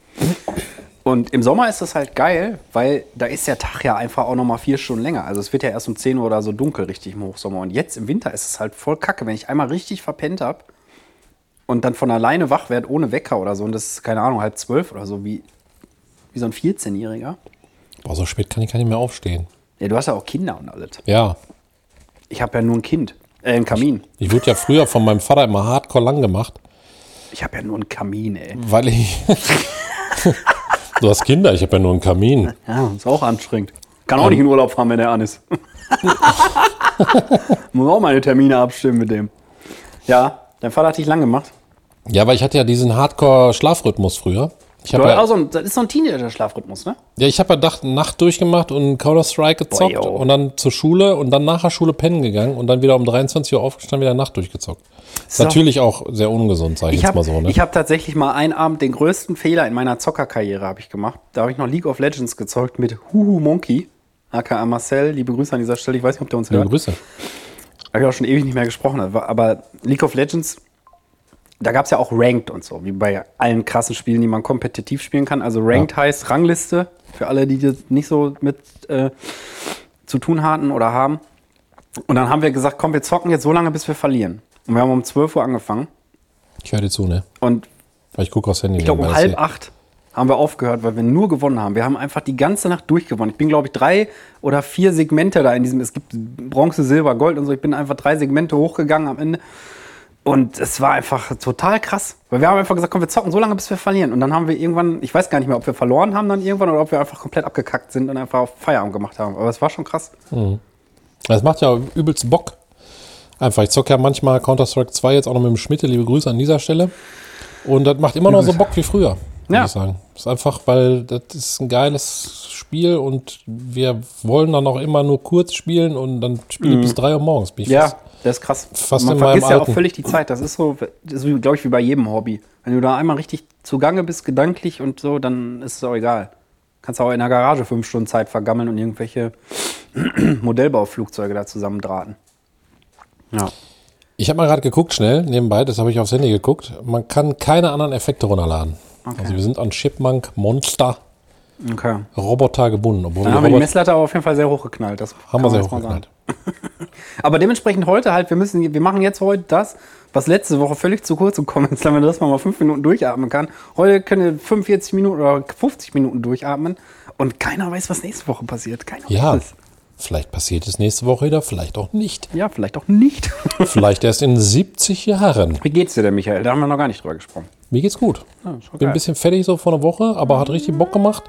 S1: Und im Sommer ist das halt geil, weil da ist der Tag ja einfach auch nochmal vier Stunden länger. Also es wird ja erst um 10 Uhr oder so dunkel richtig im Hochsommer. Und jetzt im Winter ist es halt voll kacke, wenn ich einmal richtig verpennt habe und dann von alleine wach werde ohne Wecker oder so. Und das ist, keine Ahnung, halb zwölf oder so, wie, wie so ein 14-Jähriger.
S3: Boah, so spät kann ich gar nicht mehr aufstehen.
S1: Ja, du hast ja auch Kinder und alles.
S3: Ja,
S1: Ich habe ja nur ein Kind. Äh, einen Kamin.
S3: ich wurde ja früher von meinem Vater immer hardcore lang gemacht,
S1: Ich habe ja nur einen Kamin, ey.
S3: weil ich. du hast Kinder, ich habe ja nur einen Kamin.
S1: Ja, ist auch anstrengend. Kann
S3: Ähm.
S1: auch nicht in Urlaub fahren, wenn er an ist. Muss auch meine Termine abstimmen mit dem. Ja, dein Vater hat dich lang gemacht.
S3: Ja, weil ich hatte ja diesen Hardcore-Schlafrhythmus früher. Ich
S1: Du
S3: habe
S1: hast
S3: ja,
S1: auch so ein, das ist so ein Teenager-Schlafrhythmus, ne?
S3: ja, ich habe ja Nacht- Nacht durchgemacht und Counter-Strike gezockt
S1: yo.
S3: und dann zur Schule und dann nach der Schule pennen gegangen und dann wieder um 23 Uhr aufgestanden, wieder Nacht durchgezockt. Ist
S1: So.
S3: natürlich auch sehr ungesund, sage ich,
S1: Ich
S3: jetzt
S1: habe
S3: mal so. Ne?
S1: ich hab tatsächlich mal einen Abend den größten Fehler in meiner Zockerkarriere habe ich gemacht. Da habe ich noch League of Legends gezockt mit Huhu Monkey, aka Marcel. Liebe Grüße an dieser Stelle. Ich weiß nicht, ob der uns
S3: Liebe
S1: hört.
S3: Grüße.
S1: Habe ich auch schon ewig nicht mehr gesprochen. Aber- Aber League of Legends, da gab es ja auch Ranked und so, wie bei allen krassen Spielen, die man kompetitiv spielen kann. Also Ranked heißt Rangliste, für alle, die das nicht so mit äh, zu tun hatten oder haben. Und dann haben wir gesagt, komm, wir zocken jetzt so lange, bis wir verlieren. Und wir haben um 12 Uhr angefangen.
S3: Ich höre dir zu, ne?
S1: Und
S3: Weil ich gucke aufs Handy.
S1: ich glaube, um halb acht haben wir aufgehört, weil wir nur gewonnen haben. Wir haben einfach die ganze Nacht durchgewonnen. Ich bin, glaube ich, drei oder vier Segmente da in diesem. Es gibt Bronze, Silber, Gold und so. Ich bin einfach drei Segmente hochgegangen am Ende. Und es war einfach total krass. Weil wir haben einfach gesagt, komm, wir zocken so lange, bis wir verlieren. Und dann haben wir irgendwann, ich weiß gar nicht mehr, ob wir verloren haben dann irgendwann oder ob wir einfach komplett abgekackt sind und einfach auf Feierabend gemacht haben. Aber es war schon krass.
S3: Das macht ja übelst Bock. Einfach, ich zocke ja manchmal Counter-Strike 2 jetzt auch noch mit dem Schmidt. Liebe Grüße an dieser Stelle. Und das macht immer noch so Bock wie früher, würde
S1: Ja.
S3: ich sagen. ist einfach, weil das ist ein geiles Spiel und wir wollen dann auch immer nur kurz spielen und dann spiele ich bis 3 Uhr morgens. Bin ich
S1: Mhm. Ja,
S3: fast-
S1: das ist krass.
S3: fast
S1: Man
S3: in meinem
S1: vergisst ja auch
S3: Alten.
S1: völlig die Zeit. Das ist so, das ist, glaube ich, wie bei jedem Hobby. Wenn du da einmal richtig zugange bist, gedanklich und so, dann ist es auch egal. Kannst auch in der Garage fünf Stunden Zeit vergammeln und irgendwelche Modellbauflugzeuge da zusammendrahten. Ja.
S3: Ich habe mal gerade geguckt, schnell, nebenbei, das habe ich aufs Handy geguckt. Man kann keine anderen Effekte runterladen. Also wir sind an Chipmunk, Monster,
S1: Okay.
S3: Roboter gebunden. Obwohl
S1: Dann
S3: wir
S1: haben wir die
S3: Robot
S1: Messlatte aber auf jeden Fall sehr hochgeknallt. Das kann
S3: haben wir
S1: man
S3: sehr
S1: jetzt mal sagen.
S3: hochgeknallt.
S1: Aber dementsprechend heute halt, wir müssen, wir machen jetzt heute das, was letzte Woche völlig zu kurz gekommen ist, damit das man mal fünf Minuten durchatmen kann. Heute können wir 45 Minuten oder 50 Minuten durchatmen und keiner weiß, was nächste Woche passiert. Keiner
S3: Ja,
S1: weiß es.
S3: vielleicht passiert es nächste Woche wieder, vielleicht auch nicht.
S1: Ja, vielleicht auch nicht.
S3: Vielleicht erst in 70 Jahren.
S1: Wie geht's dir denn, Michael? Da haben wir noch gar nicht drüber gesprochen.
S3: Mir geht's gut.
S1: Ah, ist doch
S3: Bin
S1: geil.
S3: ein bisschen fertig so vor einer Woche, aber hat richtig Bock gemacht.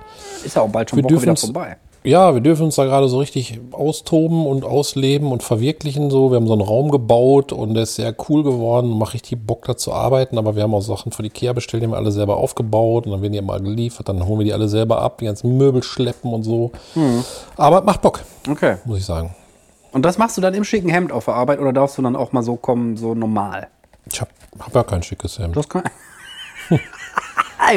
S1: Ist ja auch bald schon
S3: Wir
S1: Woche wieder
S3: dürfen's-
S1: vorbei.
S3: Ja, wir dürfen uns da gerade so richtig austoben und ausleben und verwirklichen. So, wir haben so einen Raum gebaut und der ist sehr cool geworden. Macht richtig Bock, da zu arbeiten. Aber wir haben auch Sachen von Ikea bestellt, die haben wir alle selber aufgebaut und dann werden die mal geliefert. Dann holen wir die alle selber ab, die ganzen Möbel schleppen und so.
S1: Hm.
S3: Aber macht Bock,
S1: Okay.
S3: muss ich sagen.
S1: Und das machst du dann im schicken Hemd auf der Arbeit oder darfst du dann auch mal so kommen, so normal?
S3: Ich hab, hab ja kein schickes Hemd.
S1: Das kann ich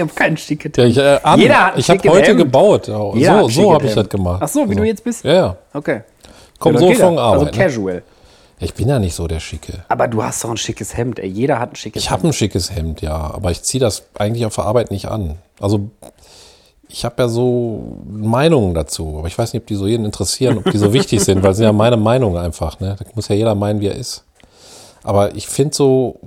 S1: habe keinen schicken
S3: Ja, ich, äh, Abend.
S1: Jeder hat ein
S3: ich habe
S1: schickes
S3: heute
S1: Hemd.
S3: gebaut. Ja,
S1: Jeder hat
S3: so
S1: ein
S3: so habe
S1: schickes
S3: ich das
S1: Hemd.
S3: gemacht.
S1: Ach so, wie
S3: Also,
S1: du jetzt bist?
S3: Ja, ja.
S1: Okay. Ja,
S3: Komm
S1: das
S3: so
S1: geht
S3: von
S1: ja.
S3: Arbeit.
S1: Also
S3: ne?
S1: casual.
S3: Ich bin ja nicht so der Schicke.
S1: Aber du hast doch ein schickes Hemd, ey. Jeder hat ein schickes
S3: Ich habe ein schickes Hemd, ja, aber ich ziehe das eigentlich auf der Arbeit nicht an. Also ich habe ja so Meinungen dazu, aber ich weiß nicht, ob die so jeden interessieren, ob die so wichtig sind, weil es sind ja meine Meinung einfach. Ne? Da muss ja jeder meinen, wie er ist. Aber ich finde so,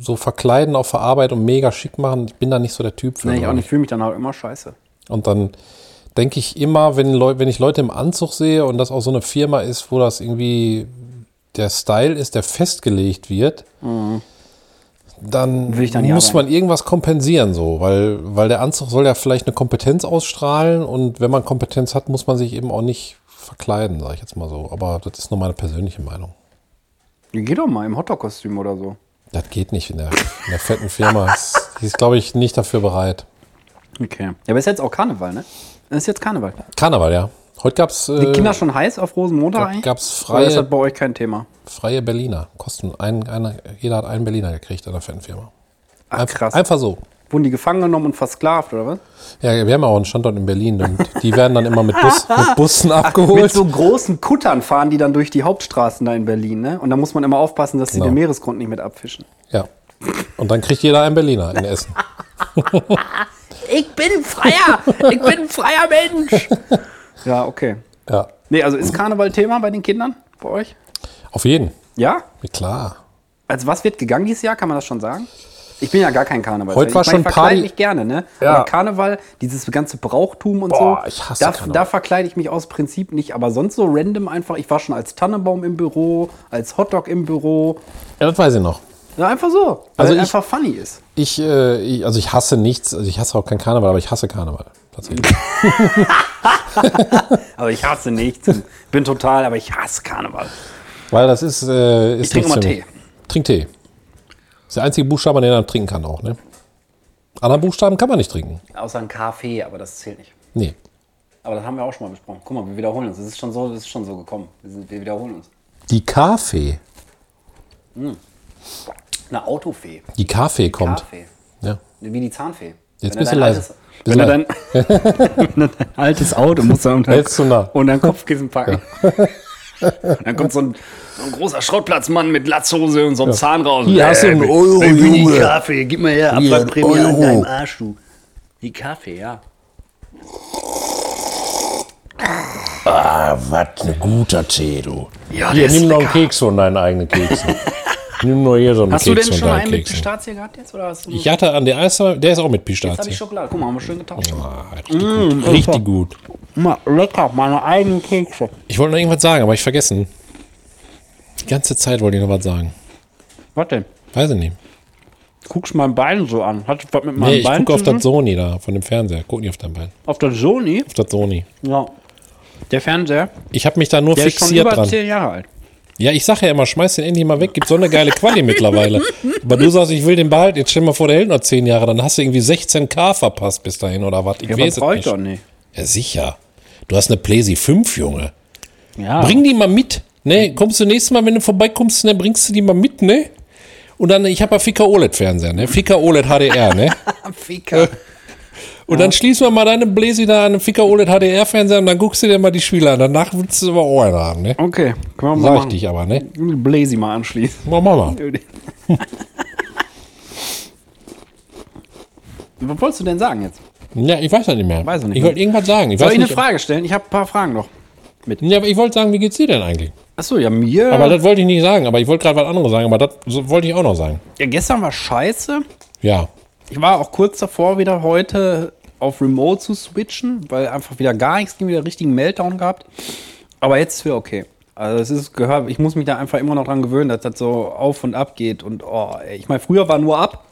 S3: so verkleiden auf der Arbeit und mega schick machen, ich bin da nicht so der Typ für.
S1: Nee, Ne, ich
S3: glaub
S1: auch
S3: ich.
S1: nicht. fühle mich dann halt immer scheiße.
S3: Und dann denke ich immer, wenn, Leu wenn ich Leute im Anzug sehe und das auch so eine Firma ist, wo das irgendwie der Style ist, der festgelegt wird, dann
S1: Will ich da nicht
S3: muss
S1: arbeiten.
S3: man irgendwas kompensieren, so, weil, weil der Anzug soll ja vielleicht eine Kompetenz ausstrahlen und wenn man Kompetenz hat, muss man sich eben auch nicht verkleiden, sage ich jetzt mal so. Aber das ist nur meine persönliche Meinung.
S1: Geh doch mal im Hotdog-Kostüm oder so.
S3: Das geht nicht in der, in der fetten Firma. Das- Die ist, glaube ich, nicht dafür bereit.
S1: Okay. Ja, aber ist jetzt auch Karneval, ne? Das ist jetzt Karneval.
S3: Karneval, ja. Heute gab es
S1: Die Kinder
S3: äh,
S1: schon heiß auf
S3: gab-
S1: Rosenmontag eigentlich?
S3: gab's
S1: Oder ist
S3: freie-
S1: das bei euch kein Thema?
S3: Freie Berliner. Kosten. Ein, eine, jeder hat einen Berliner gekriegt an der Fanfirma.
S1: Ach, krass.
S3: Einfach so.
S1: Wurden die gefangen genommen und versklavt, oder was?
S3: Ja, wir haben ja auch einen Standort in Berlin und die werden dann immer mit, Bus, mit Bussen
S1: Mit
S3: abgeholt.
S1: so großen Kuttern fahren die dann durch die Hauptstraßen da in Berlin, ne? Und da muss man immer aufpassen, dass sie
S3: Genau.
S1: den Meeresgrund nicht mit abfischen.
S3: Ja. Und dann kriegt jeder einen Berliner in Essen.
S4: Ich bin freier. Ich bin ein freier Mensch.
S1: Ja, okay.
S3: Ja,
S1: Nee, also
S3: Mhm.
S1: ist Karneval Thema bei den Kindern? Bei euch?
S3: auf jeden.
S1: Ja?
S3: Ja, Klar.
S1: Also was wird gegangen dieses Jahr, kann man das schon sagen? Ich bin ja gar kein Karneval.
S3: Heute war
S1: ich meine,
S3: schon
S1: ich verkleide
S3: Party-
S1: mich gerne, ne?
S3: Ja.
S1: Aber Karneval, dieses ganze Brauchtum und
S3: Boah,
S1: so,
S3: ich hasse
S1: da,
S3: Karneval.
S1: da verkleide ich mich aus Prinzip nicht, aber sonst so random einfach. Ich war schon als Tannenbaum im Büro, als Hotdog im Büro.
S3: Ja, das weiß ich noch.
S1: Ja, einfach so, weil
S3: Also
S1: es
S3: ich-
S1: einfach funny ist.
S3: Ich, äh, ich, also ich hasse nichts, also ich hasse auch kein Karneval, aber ich hasse Karneval. Tatsächlich.
S1: Aber ich hasse nichts. und bin total, aber ich hasse Karneval.
S3: Weil das ist, äh, ist
S1: Ich trinke
S3: nichts
S1: mal
S3: für mich. Trink Tee. Ist der einzige Buchstabe, den man trinken kann auch, ne? Anderen Buchstaben kann man nicht trinken.
S1: Außer ein Kaffee, aber das zählt nicht.
S3: Nee.
S1: Aber das haben wir auch schon mal besprochen. Guck mal, wir wiederholen uns. Es ist schon so, das ist schon so gekommen. Wir, sind, wir wiederholen uns.
S3: Die Kaffee.
S1: Eine Autofee.
S3: Die Kaffee kommt.
S1: Kaffee.
S3: Ja.
S1: Wie die Zahnfee.
S3: Jetzt
S1: Wenn er
S3: bist du
S1: dein
S3: leise.
S1: altes-
S3: Bist
S1: Wenn er
S3: leise.
S1: dein, wenn er dein altes Auto muss er unter,
S3: Jetzt zu nah.
S1: unter ein Kopfkissen packen. Dann kommt so ein, so ein großer Schrottplatzmann mit Latzhose und so einem Zahn raus. Äh,
S3: Hier hast du einen Euro,
S1: ich bin die
S3: Junge.
S1: Kaffee, gib mir her,
S3: Äh, Hier,
S1: Abwrackprämie
S3: Euro.
S1: an deinem Arsch, du. Die Kaffee, ja.
S3: Ah, was ein guter Tee, du.
S1: Ja,
S3: Hier,
S1: der ist
S3: nimm noch einen
S1: lecker.
S3: Keks von deinen eigenen Keksen. nimm nur hier so einen
S1: Hast du
S3: Keks
S1: denn
S3: von
S1: schon
S3: deinen
S1: einen mit
S3: Keksen.
S1: Pistazie gehabt jetzt? Oder hast du
S3: ich hatte an der ersten, der ist auch mit
S1: jetzt habe
S3: Pistazie.
S1: ich Schokolade. Guck mal, haben wir schön getauscht.
S3: Ah, richtig,
S1: Mm,
S3: gut. richtig gut.
S1: Mal lecker, meine eigenen Kekse.
S3: Ich wollte noch irgendwas sagen, aber ich vergessen. Die ganze Zeit wollte ich noch was sagen.
S1: Was denn?
S3: Weiß ich nicht.
S1: Guckst mein Bein so an. Hat was mit meinem
S3: Nee, ich
S1: Bein
S3: gucke auf
S1: zu
S3: das
S1: tun?
S3: Sony da, von dem Fernseher. Guck nicht auf dein Bein.
S1: auf das Sony?
S3: Auf das Sony.
S1: Ja. Der Fernseher,
S3: Ich habe mich da nur
S1: der ist schon
S3: fixiert
S1: über
S3: dran.
S1: 10 Jahre alt.
S3: Ja, ich sag ja immer, schmeiß den endlich mal weg, gibt so eine geile Quali mittlerweile. Aber du sagst, ich will den behalten, jetzt stell dir mal vor, der hält noch 10 Jahre, dann hast du irgendwie 16k verpasst bis dahin oder was. Ich
S1: Ja, aber
S3: weiß
S1: brauche
S3: es
S1: ich
S3: nicht.
S1: doch nicht.
S3: Ja, sicher. Du hast eine Playsee 5, Junge.
S1: Ja.
S3: Bring die mal mit. Ne, kommst du nächstes Mal, wenn du vorbeikommst, ne, bringst du die mal mit, ne? Und dann, ich habe ja Ficker OLED-Fernseher, ne? Ficker OLED HDR, ne?
S1: Ficker.
S3: Und dann schließen wir mal deine Bläsi da an den Ficker OLED HDR-Fernseher und dann guckst du dir mal die Spiele an. Danach willst du aber Ohren haben, ne?
S1: Okay, können wir mal
S3: Sag ich
S1: machen.
S3: dich aber, ne?
S1: Blazy mal anschließen.
S3: Mach mal. mal.
S1: Was wolltest du denn sagen jetzt?
S3: Ja, ich weiß das nicht mehr.
S1: Weiß ich nicht
S3: ich
S1: mehr.
S3: wollte irgendwas sagen. Ich
S1: Soll
S3: weiß
S1: ich eine
S3: nicht,
S1: Frage stellen? Ich habe ein paar Fragen noch.
S3: Ja, aber ich wollte sagen, wie geht's dir denn eigentlich?
S1: Achso, ja, mir.
S3: Aber das wollte ich nicht sagen, aber ich wollte gerade was anderes sagen, aber das so- wollte ich auch noch sagen.
S1: ja, gestern war scheiße.
S3: Ja.
S1: Ich war auch kurz davor, wieder heute auf Remote zu switchen, weil einfach wieder gar nichts ging, wieder richtigen Meltdown gehabt. Aber jetzt ist wieder okay. Also es ist gehört, ich muss mich da einfach immer noch dran gewöhnen, dass das so auf und ab geht. Und oh, ey, ich meine, früher war nur ab.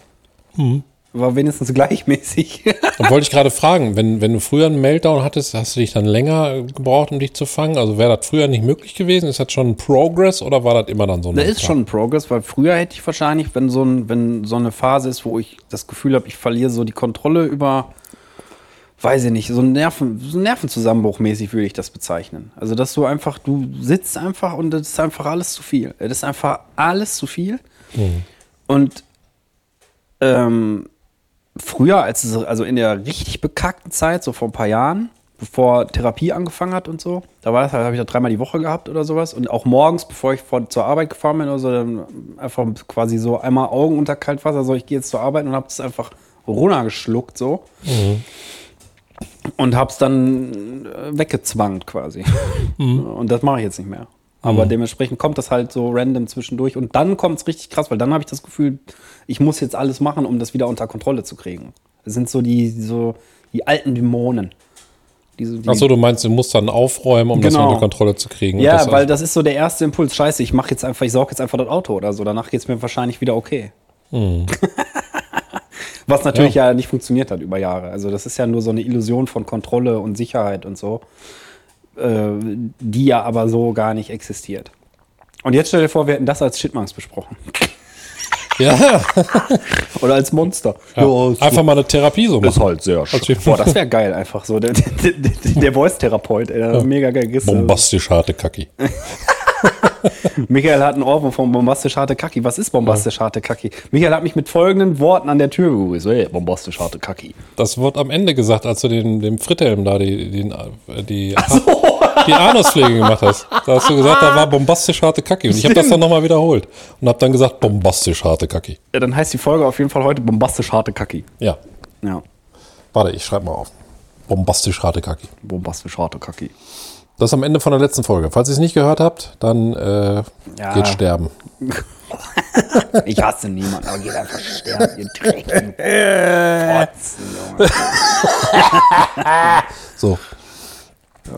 S3: Mhm.
S1: War wenigstens gleichmäßig.
S3: Dann wollte ich gerade fragen, wenn, wenn du früher einen Meltdown hattest, hast du dich dann länger gebraucht, um dich zu fangen? Also wäre das früher nicht möglich gewesen? Ist das schon ein Progress oder war das immer dann so ein
S1: Das ist
S3: Tag?
S1: schon ein Progress, weil früher hätte ich wahrscheinlich, wenn so, ein, wenn so eine Phase ist, wo ich das Gefühl habe, ich verliere so die Kontrolle über, weiß ich nicht, so ein Nerven, so einen Nervenzusammenbruch mäßig würde ich das bezeichnen. Also, dass du einfach, du sitzt einfach und das ist einfach alles zu viel. Das ist einfach alles zu viel. Und ähm, früher, als es, also in der richtig bekackten Zeit, so vor ein paar Jahren, bevor Therapie angefangen hat und so, da war das halt, habe ich da dreimal die Woche gehabt oder sowas. Und auch morgens, bevor ich vor, zur Arbeit gefahren bin oder so, dann einfach quasi so einmal Augen unter Kaltwasser, so ich gehe jetzt zur Arbeit und habe es einfach runtergeschluckt so. Und hab's dann äh, weggezwangt quasi. Und das mache ich jetzt nicht mehr. Aber dementsprechend kommt das halt so random zwischendurch. Und dann kommt's richtig krass, weil dann habe ich das Gefühl, ich muss jetzt alles machen, um das wieder unter Kontrolle zu kriegen. Das sind so die, so die alten Dämonen. Die, so- die,
S3: Achso, du meinst, du musst dann aufräumen, um das
S1: Genau.
S3: unter Kontrolle zu kriegen. und
S1: ja,
S3: das
S1: weil das ist so der erste Impuls. Scheiße, ich mache jetzt einfach, ich sorge jetzt einfach das Auto oder so. Danach geht's mir wahrscheinlich wieder okay.
S3: Hm.
S1: Was natürlich ja. nicht funktioniert hat über Jahre. Also das ist ja nur so eine Illusion von Kontrolle und Sicherheit und so, äh, die ja aber so gar nicht existiert. Und jetzt stell dir vor, wir hätten das als Shitmunks besprochen.
S3: Ja,
S1: Oder als Monster. Ja, ist-
S3: einfach mal eine Therapie so machen.
S1: halt sehr
S3: schön.
S1: Boah, das wäre geil einfach so. Der, der, der, der Voice-Therapeut, ey, der mega geil. Gehst du-
S3: Bombastisch harte Kacki.
S1: Michael hat einen Ohrwurm von bombastisch harte Kacki. Was ist bombastisch harte Kacki? Michael hat mich mit folgenden Worten an der Tür begrüßt. Hey, bombastisch harte Kacki.
S3: Das wird am Ende gesagt, als du den, dem Frittelm da die, den, äh, die, die Anuspflege gemacht hast. Da hast du gesagt, da war bombastisch harte Kacki. Und ich habe das dann nochmal wiederholt. Und habe dann gesagt, bombastisch harte Kacki.
S1: Ja, dann heißt die Folge auf jeden Fall heute bombastisch harte Kacki.
S3: Ja.
S1: Ja.
S3: Warte, ich schreibe mal auf. Bombastisch Ratekaki.
S5: Bombastisch harte Kacki.
S3: Das ist am Ende von der letzten Folge. Falls ihr es nicht gehört habt, dann äh,
S1: Ja.
S3: geht sterben.
S1: Ich hasse niemanden, aber geht einfach sterben, ihr dreckigen Fotzen, Junge.
S3: So.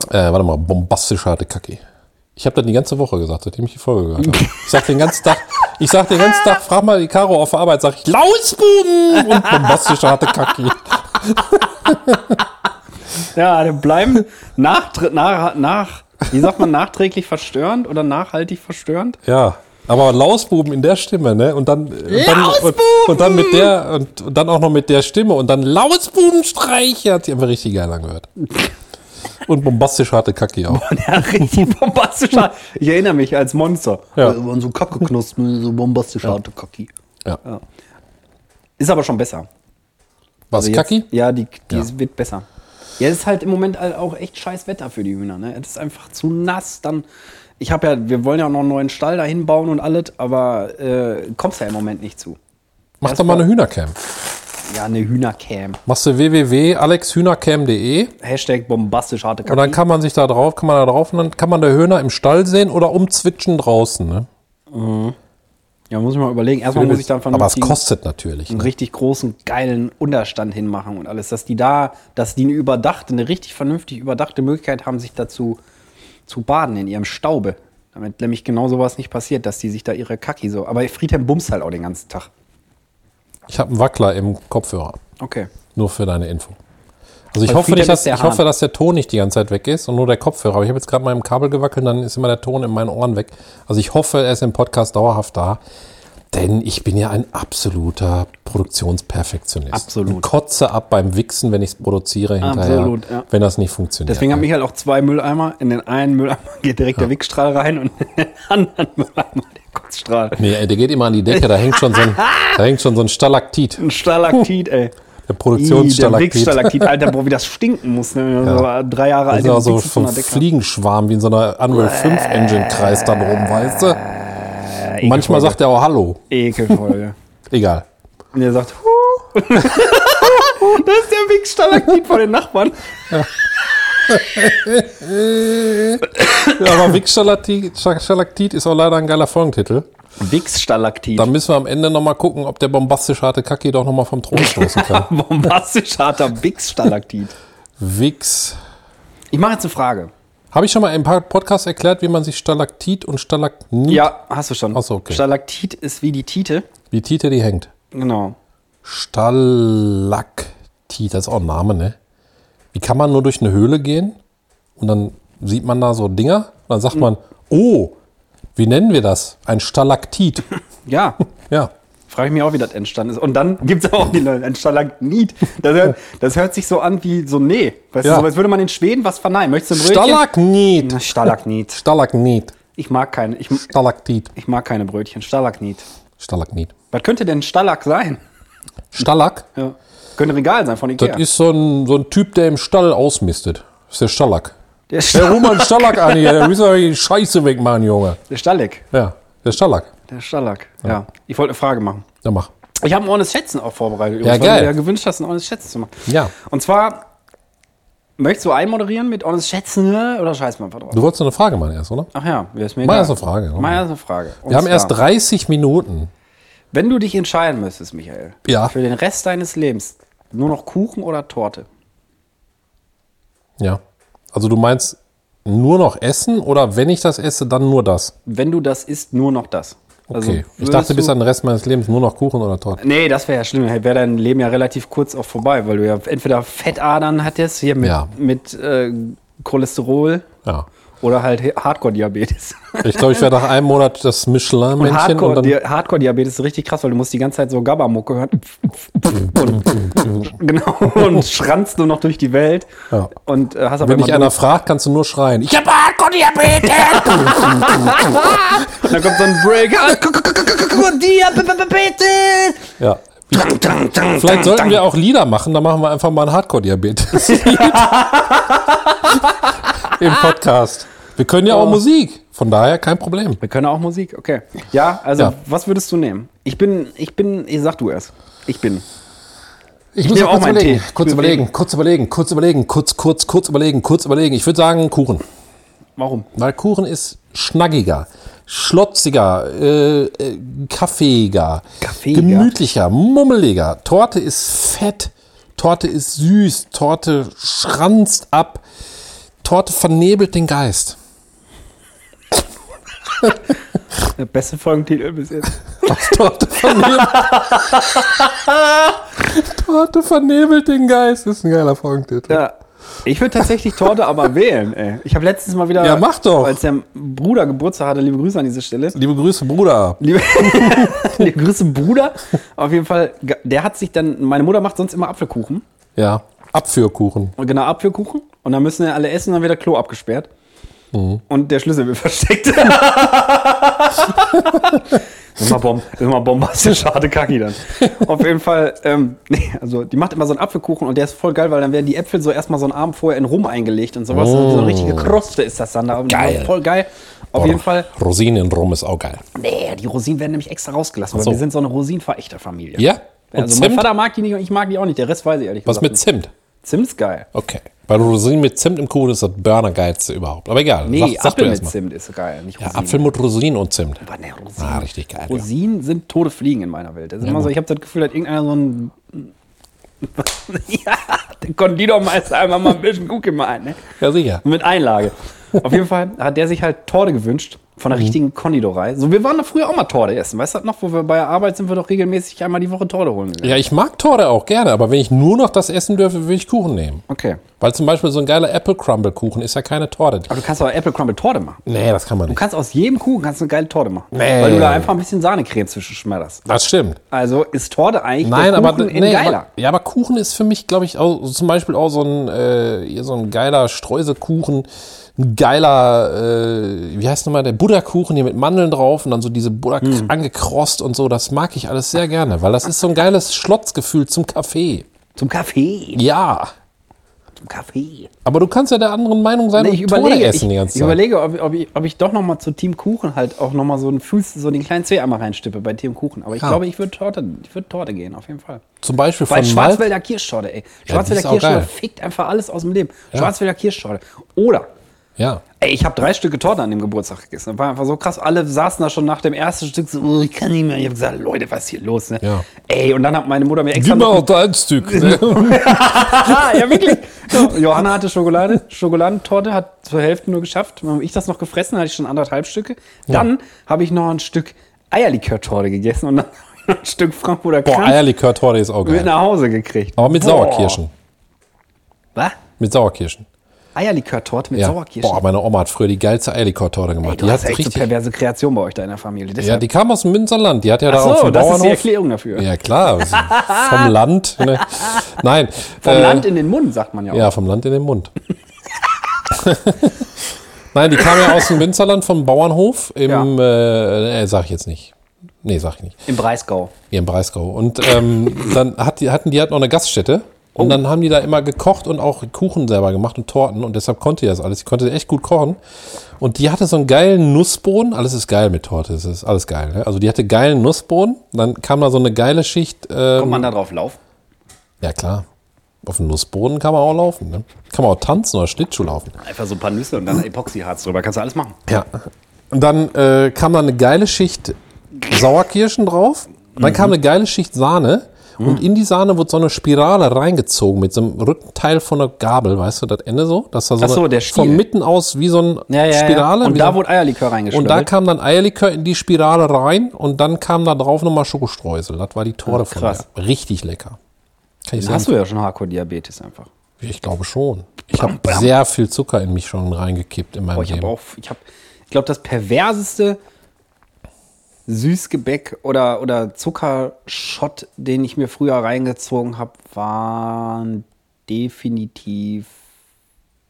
S3: Äh, warte mal, bombastisch harte Kacke. Ich habe das die ganze Woche gesagt, seitdem ich die Folge gehört habe. Ich sag den ganzen Tag, ich sag den ganzen Tag, frag mal die Caro auf der Arbeit, sag ich Lausbuben und bombastisch harte Kacke.
S1: Ja, dann bleiben nach, nach, nach, wie sagt man, nachträglich verstörend oder nachhaltig verstörend?
S3: Ja. Aber Lausbuben in der Stimme, ne? Und dann, und dann, und, und dann mit der, und, und dann auch noch mit der Stimme und dann Lausbubenstreiche hat sie einfach richtig geil angehört. Und bombastisch harte Kacke auch.
S1: Ja, richtig bombastisch. Ich erinnere mich als Monster.
S3: Ja.
S5: Äh, waren so Kackeknospen, so bombastisch harte Kacki.
S3: Ja.
S1: Ist aber schon besser.
S3: Was,
S1: Also jetzt-
S3: Kacki?
S1: Ja, die, die
S3: Ja.
S1: wird besser. Ja, es ist halt im Moment halt auch echt scheiß Wetter für die Hühner. Ne? Es ist einfach zu nass. Dann, ich habe ja, wir wollen ja auch noch einen neuen Stall dahin bauen und alles, aber äh, kommst ja im Moment nicht zu.
S3: Mach doch mal eine Hühnercamp.
S1: Ja, eine Hühnercam.
S3: Machst du www.alexhühnercam.de
S1: Hashtag bombastisch harte
S3: und dann
S1: Kacke.
S3: kann man sich da drauf, kann man da drauf und dann kann man der Höhner im Stall sehen oder umzwitschen draußen. Ne?
S1: Ja, muss ich mal überlegen. Erstmal muss ich dann Mhm. von
S3: Aber es kostet natürlich.
S1: einen
S3: Ne?
S1: richtig großen, geilen Unterstand hinmachen und alles, dass die da, dass die eine überdachte, eine richtig vernünftig überdachte Möglichkeit haben, sich dazu zu baden in ihrem Staube. Damit nämlich genau sowas nicht passiert, dass die sich da ihre Kacki so. Aber Friedhelm bumst halt auch den ganzen Tag.
S3: Ich habe einen Wackler im Kopfhörer.
S1: Okay.
S3: Nur für deine Info. Also ich
S1: Weil
S3: hoffe,
S1: Friedhelm
S3: nicht,
S1: ist
S3: dass,
S1: der
S3: ich hoffe,
S1: Hahn.
S3: dass der Ton nicht die ganze Zeit weg ist und nur der Kopfhörer. Aber ich habe jetzt gerade mal im Kabel gewackelt, dann ist immer der Ton in meinen Ohren weg. Also ich hoffe, er ist im Podcast dauerhaft da. Denn ich bin ja ein absoluter Produktionsperfektionist.
S1: Absolut.
S3: Und kotze ab beim Wichsen, wenn ich es produziere hinterher,
S1: Absolut, ja.
S3: wenn das nicht funktioniert.
S1: Deswegen hat Michael auch zwei Mülleimer. In den einen Mülleimer geht direkt der Wickstrahl rein und in den anderen Mülleimer der Kotzstrahl.
S3: Nee, ey, der geht immer an die Decke, da hängt schon so ein, da hängt schon so ein Stalaktit.
S1: Ein Stalaktit, ey.
S3: Der
S1: Ih, Der
S3: Produktionsstalaktit. Das
S1: Wickstalaktit, Alter, boah, wie das stinken muss, ne? wenn man so Drei Jahre alt
S3: ist ja
S1: ist,
S3: so
S1: wickst du von
S3: so ein
S1: der Decke.
S3: Fliegenschwarm wie in so einer Unreal 5 Engine Kreis dann rum, weißt
S1: Äh,
S3: du? Und manchmal sagt er auch Hallo.
S1: Ekelvoll.
S3: Egal.
S1: Und er sagt, "Huh." das ist der Wichsstalaktit von den Nachbarn.
S3: Ja, aber Wichsstalaktit Stalaktit ist auch leider ein geiler Folgentitel.
S1: Wichsstalaktit.
S3: Da müssen wir am Ende nochmal gucken, ob der bombastisch harte Kacki doch nochmal vom Thron stoßen kann.
S1: Bombastisch harter Wichsstalaktit.
S3: Wix.
S1: Ich mache jetzt eine Frage.
S3: Habe ich schon mal im Podcast erklärt, wie man sich Stalaktit und Stalaktit,
S1: Ja, hast du schon.
S3: Ach so, okay.
S1: Stalaktit ist wie die Tite.
S3: wie Tite die hängt.
S1: Genau.
S3: Stalaktit, das ist auch ein Name, ne? Wie kann man nur durch eine Höhle gehen und dann sieht man da so Dinger und dann sagt man, oh, wie nennen wir das? Ein Stalaktit.
S1: Ja.
S3: ja.
S1: Frage ich mich auch, wie das entstanden ist. Und dann gibt es auch die Leute, ein Stalagnit. Das hört, das hört sich so an wie so, nee. Weißt
S3: Ja.
S1: du, so, als würde man in Schweden was verneinen. Möchtest du ein Brötchen?
S3: Stalaktit.
S1: Na, Stalagnit.
S3: Stalaktit.
S1: Ich mag keine, ich,
S3: Stalaktit.
S1: ich mag keine Brötchen. Stalagnit.
S3: Stalaktit.
S1: Was könnte denn Stalag sein?
S3: Stalak,
S1: Ja. Könnte ein Regal sein von Ikea.
S3: das ist so ein, so ein Typ, der im Stall ausmistet. Das ist der Stalak.
S1: der
S3: Der
S1: Stalak.
S3: ruft mal einen Stalak an hier, der müssen wir die Scheiße wegmachen, Junge.
S1: Der Stalek.
S3: Ja, der Stalak.
S1: Der Stalak. Ja. Ich wollte eine Frage machen.
S3: Ja, mach.
S1: Ich habe ein ordentliches Schätzen auch vorbereitet.
S3: Ja,
S1: übrigens, weil
S3: geil.
S1: du ja gewünscht hast, ein ordentliches Schätzen zu machen.
S3: Ja.
S1: Und zwar, möchtest du einmoderieren mit ordentliches Schätzen ne? oder scheiß mal einfach drauf?
S3: Du wolltest noch eine Frage machen erst, oder?
S1: Ach ja, wäre es mir
S3: Mach
S1: egal.
S3: erst eine Frage, oder?
S1: Mach erst eine Frage. Und
S3: Wir haben erst
S1: zwar,
S3: 30 Minuten.
S1: Wenn du dich entscheiden müsstest, Michael,
S3: Ja.
S1: für den Rest deines Lebens, nur noch Kuchen oder Torte?
S3: Ja. Also du meinst nur noch essen oder wenn ich das esse, dann nur das?
S1: Wenn du das isst, nur noch das. Also,
S3: Okay. ich
S1: würdest
S3: dachte bis
S1: du-
S3: an den Rest meines Lebens nur noch Kuchen oder Torte.
S1: Nee, das wäre ja schlimm. Wäre dein Leben ja relativ kurz auch vorbei, weil du ja entweder Fettadern hattest, hier mit,
S3: Ja.
S1: mit äh, Cholesterol
S3: Ja.
S1: oder halt He- Hardcore-Diabetes.
S3: Ich glaube, ich wäre nach einem Monat das Michelin-Männchen und, dann
S1: Hardcore-Di- Hardcore-Diabetes ist richtig krass, weil du musst die ganze Zeit so Gabamucke hören. und, genau, und schranzt nur noch durch die Welt.
S3: Ja.
S1: Und äh, hast aber
S3: wenn dich
S1: immer
S3: einer fragt, kannst du nur schreien. Ich
S2: Ich hab Hardcore-Diabetes!
S1: so, dann kommt so ein Break. Hardcore-Diabetes!
S3: Ja. Vielleicht sollten wir auch Lieder machen, da machen wir einfach mal ein Hardcore-Diabetes. Im Podcast. Wir können ja
S1: Oh.
S3: auch Musik, von daher kein Problem.
S1: Wir können auch Musik, okay. Ja, also
S3: Ja.
S1: was würdest du nehmen? Ich bin, ich bin, ich sag du erst. Ich bin.
S3: Ich muss
S1: nehme
S3: noch kurz
S1: auch meinen
S3: überlegen,
S1: Tee.
S3: kurz überlegen, kurz überlegen, kurz überlegen, kurz, kurz, kurz überlegen, kurz überlegen. Ich würde sagen Kuchen,
S1: Warum?
S3: weil Kuchen ist schnackiger, schlotziger, äh, äh, kaffeeiger,
S5: Kaffeeiger.
S3: gemütlicher, mummeliger. Torte ist fett, Torte ist süß, Torte schranzt ab, Torte vernebelt den Geist.
S1: Der beste Folgentitel bis jetzt.
S3: Was Torte vernebelt. Torte vernebelt den Geist ist ein geiler Folgentitel.
S1: Ja. Ich würde tatsächlich Torte aber wählen, ey. Ich habe letztens mal wieder.
S3: Ja, mach doch.
S1: Als der Bruder Geburtstag hatte, liebe Grüße an diese Stelle.
S3: Liebe Grüße, Bruder.
S1: Liebe, liebe Grüße, Bruder. Auf jeden Fall, ge- der hat sich dann. Meine Mutter macht sonst immer Apfelkuchen.
S3: Ja, Abführkuchen.
S1: Und genau, Apfelkuchen. Und dann müssen ja alle essen und dann wird der Klo abgesperrt.
S3: Mhm.
S1: Und der Schlüssel wird versteckt. das ist mal, Bomb, das ist mal bombastisch schade Kacki dann. Auf jeden Fall, ähm, nee, also die macht immer so einen Apfelkuchen und der ist voll geil, weil dann werden die Äpfel so erstmal so einen Abend vorher in Rum eingelegt und sowas. Und so eine richtige Kruste ist das dann da. Und
S3: Oh. Geil.
S1: Voll geil. Auf jeden Fall,
S3: Rosinenrum ist auch geil.
S1: nee, die Rosinen werden nämlich extra rausgelassen, weil
S3: so.
S1: wir sind so eine Rosinenverechterfamilie.
S3: Ja? Und
S1: Also mein
S3: Zimt?
S1: Vater mag die nicht und ich mag die auch nicht. Der Rest weiß ich ehrlich
S3: Was mit
S1: nicht.
S3: Zimt?
S1: Zimt ist geil.
S3: Okay. Weil Rosinen mit Zimt im Kuchen ist das Burnergeilste überhaupt. Aber egal.
S1: Nee,
S3: sag, sag du
S1: Apfel
S3: erst
S1: mit
S3: mal.
S1: Zimt ist geil, nicht
S3: Ja,
S1: Rosinen.
S3: Apfel mit Rosinen und Zimt.
S1: Aber ne, Rosinen.
S3: Ah, richtig geil. Ja.
S1: Rosinen sind tote Fliegen in meiner Welt. Das ist immer so, ich habe das Gefühl, dass irgendeiner so ein. ja, der Konditormeister einfach mal ein bisschen gut gemeint, ne?
S3: ja, sicher.
S1: Mit Einlage. Auf jeden Fall hat der sich halt Torte gewünscht von
S3: Mhm.
S1: der richtigen Konditorei. So, wir waren doch früher auch mal Torte essen. Weißt du das noch, wo wir bei der Arbeit sind, wir doch regelmäßig einmal die Woche Torte holen. gegangen.
S3: Ja, ich mag Torte auch gerne, aber wenn ich nur noch das essen dürfte, würde ich Kuchen nehmen.
S1: Okay.
S3: Weil zum Beispiel so ein geiler Apple Crumble Kuchen ist ja keine Torte.
S1: Aber du kannst doch Apple Crumble Torte machen.
S3: Nee, das kann man
S1: Du
S3: nicht.
S1: kannst aus jedem Kuchen kannst du eine geile Torte machen.
S3: Nee.
S1: Weil du da einfach ein bisschen Sahnecreme zwischenschmetterst.
S3: Das stimmt.
S1: Also ist Torte eigentlich
S3: Nein,
S1: der
S3: aber,
S1: Kuchen in
S3: nee,
S1: geiler.
S3: aber ja, aber Kuchen ist für mich, glaube ich, auch, zum Beispiel auch so ein, äh, hier so ein geiler Streuselkuchen, ein geiler, äh, wie heißt nochmal der Buddha-Kuchen hier mit Mandeln drauf und dann so diese Buddha
S1: Hm.
S3: angekrost und so. Das mag ich alles sehr gerne, weil das ist so ein geiles Schlotzgefühl zum Kaffee.
S1: Zum Kaffee.
S3: Ja,
S1: Zum Kaffee.
S3: aber du kannst ja der anderen Meinung sein
S1: Nee,
S3: und
S1: ich
S3: Tore
S1: überlege, ich,
S3: essen die ganze
S1: ich
S3: Zeit.
S1: überlege ob, ob, ich, ob ich doch noch mal zu Team Kuchen halt auch noch mal so einen Fuß, so den kleinen Zeh einmal reinstippe bei Team Kuchen. Aber ich
S3: Ja.
S1: glaube, ich würde Torte, ich würde Torte gehen, auf jeden Fall.
S3: zum Beispiel
S1: Weil
S3: von Malz.
S1: Schwarzwälder Kirschtorte, ey.
S3: die
S1: Schwarzwälder
S3: ist auch
S1: Kirschtorte
S3: geil.
S1: fickt einfach alles aus dem Leben. Schwarzwälder Kirschtorte. Oder,
S3: Ja.
S1: ey, ich habe drei Stücke Torte an dem Geburtstag gegessen. Das war einfach so krass. Alle saßen da schon nach dem ersten Stück so, oh, ich kann nicht mehr. Ich habe gesagt, Leute, was ist hier los, ne?
S3: Ja.
S1: Ey, und dann hat meine Mutter mir extra...
S3: Gib mir
S1: noch-
S3: auch da ein Genau, Stück.
S1: Ah, ja, wirklich. So, Johanna hatte Schokolade, Schokoladentorte, hat zur Hälfte nur geschafft. Dann hab Ich das noch gefressen, hatte ich schon anderthalb Stücke. Dann habe ich noch ein Stück Eierlikör-Torte gegessen und dann hab ich noch ein Stück Frankfurter
S3: Boah,
S1: Kranz
S3: Eierlikör-Torte Oh, ist auch
S1: mit
S3: geil.
S1: nach Hause gekriegt.
S3: Aber mit
S1: Genau. Boah.
S3: Sauerkirschen.
S1: Was?
S3: Mit Sauerkirschen.
S1: Eierlikör-Torte mit
S3: Ja.
S1: Sauerkirschen.
S3: Boah, meine Oma hat früher die geilste Eierlikör-Torte gemacht.
S1: du
S3: die
S1: hast
S3: hat
S1: echt so
S3: richtig.
S1: perverse Kreation bei euch da in der Familie.
S3: Ja,
S1: Deshalb-
S3: die kam aus dem Münsterland. Die hat ja da
S1: so,
S3: auf dem
S1: das ist die
S3: Bauernhof.
S1: Erklärung dafür.
S3: Ja, klar. also Vom Land. Ne? Nein.
S1: Vom Land in den Mund, sagt man ja auch.
S3: Äh, Ja, vom Land in den Mund. Nein, die kam ja aus dem Münsterland vom Bauernhof im, äh, äh, sag ich jetzt nicht. Nee, sag ich nicht.
S1: Im Breisgau.
S3: Hier im Breisgau. Und ähm, dann hat die, hatten die halt noch eine Gaststätte. Und dann haben die da immer gekocht und auch Kuchen selber gemacht und Torten. Und deshalb konnte die das alles. Die konnte echt gut kochen. Und die hatte so einen geilen Nussboden. Alles ist geil mit Torte. Es ist alles geil. Ne? Also die hatte geilen Nussboden. Dann kam da so eine geile Schicht.
S1: Kommt man
S3: Ähm,
S1: da drauf laufen?
S3: ja, klar. Auf dem Nussboden kann man auch laufen. Ne? Kann man auch tanzen oder Schlittschuh laufen.
S1: Einfach so ein paar Nüsse und dann Epoxyharz drüber. Kannst du alles machen.
S3: Ja. Und dann äh, kam da eine geile Schicht Sauerkirschen drauf. Und dann
S1: Mhm.
S3: kam eine geile Schicht Sahne. Und in die Sahne wurde so eine Spirale reingezogen mit so einem Rückenteil von einer Gabel, weißt du, das Ende so? Dass da so
S1: Ach so,
S3: eine-
S1: der Stiel.
S3: Von mitten aus wie so eine Spirale.
S1: Und
S3: wie
S1: da
S3: so,
S1: wurde Eierlikör
S3: und
S1: reingeschüttet.
S3: da kam dann Eierlikör in die Spirale rein und dann kam da drauf nochmal Schokostreusel. Das war die Torte von
S1: Ah, krass.
S3: der. Richtig lecker. Kann ich
S1: Dann
S3: sagen.
S1: hast du ja schon Hardcore-Diabetes einfach.
S3: Ich glaube schon. Ich habe
S1: bam.
S3: sehr viel Zucker in mich schon reingekippt in meinem
S1: Boah, ich habe
S3: Leben.
S1: auch, ich habe, ich glaube, das perverseste Süßgebäck oder, oder Zuckerschott, den ich mir früher reingezogen habe, waren definitiv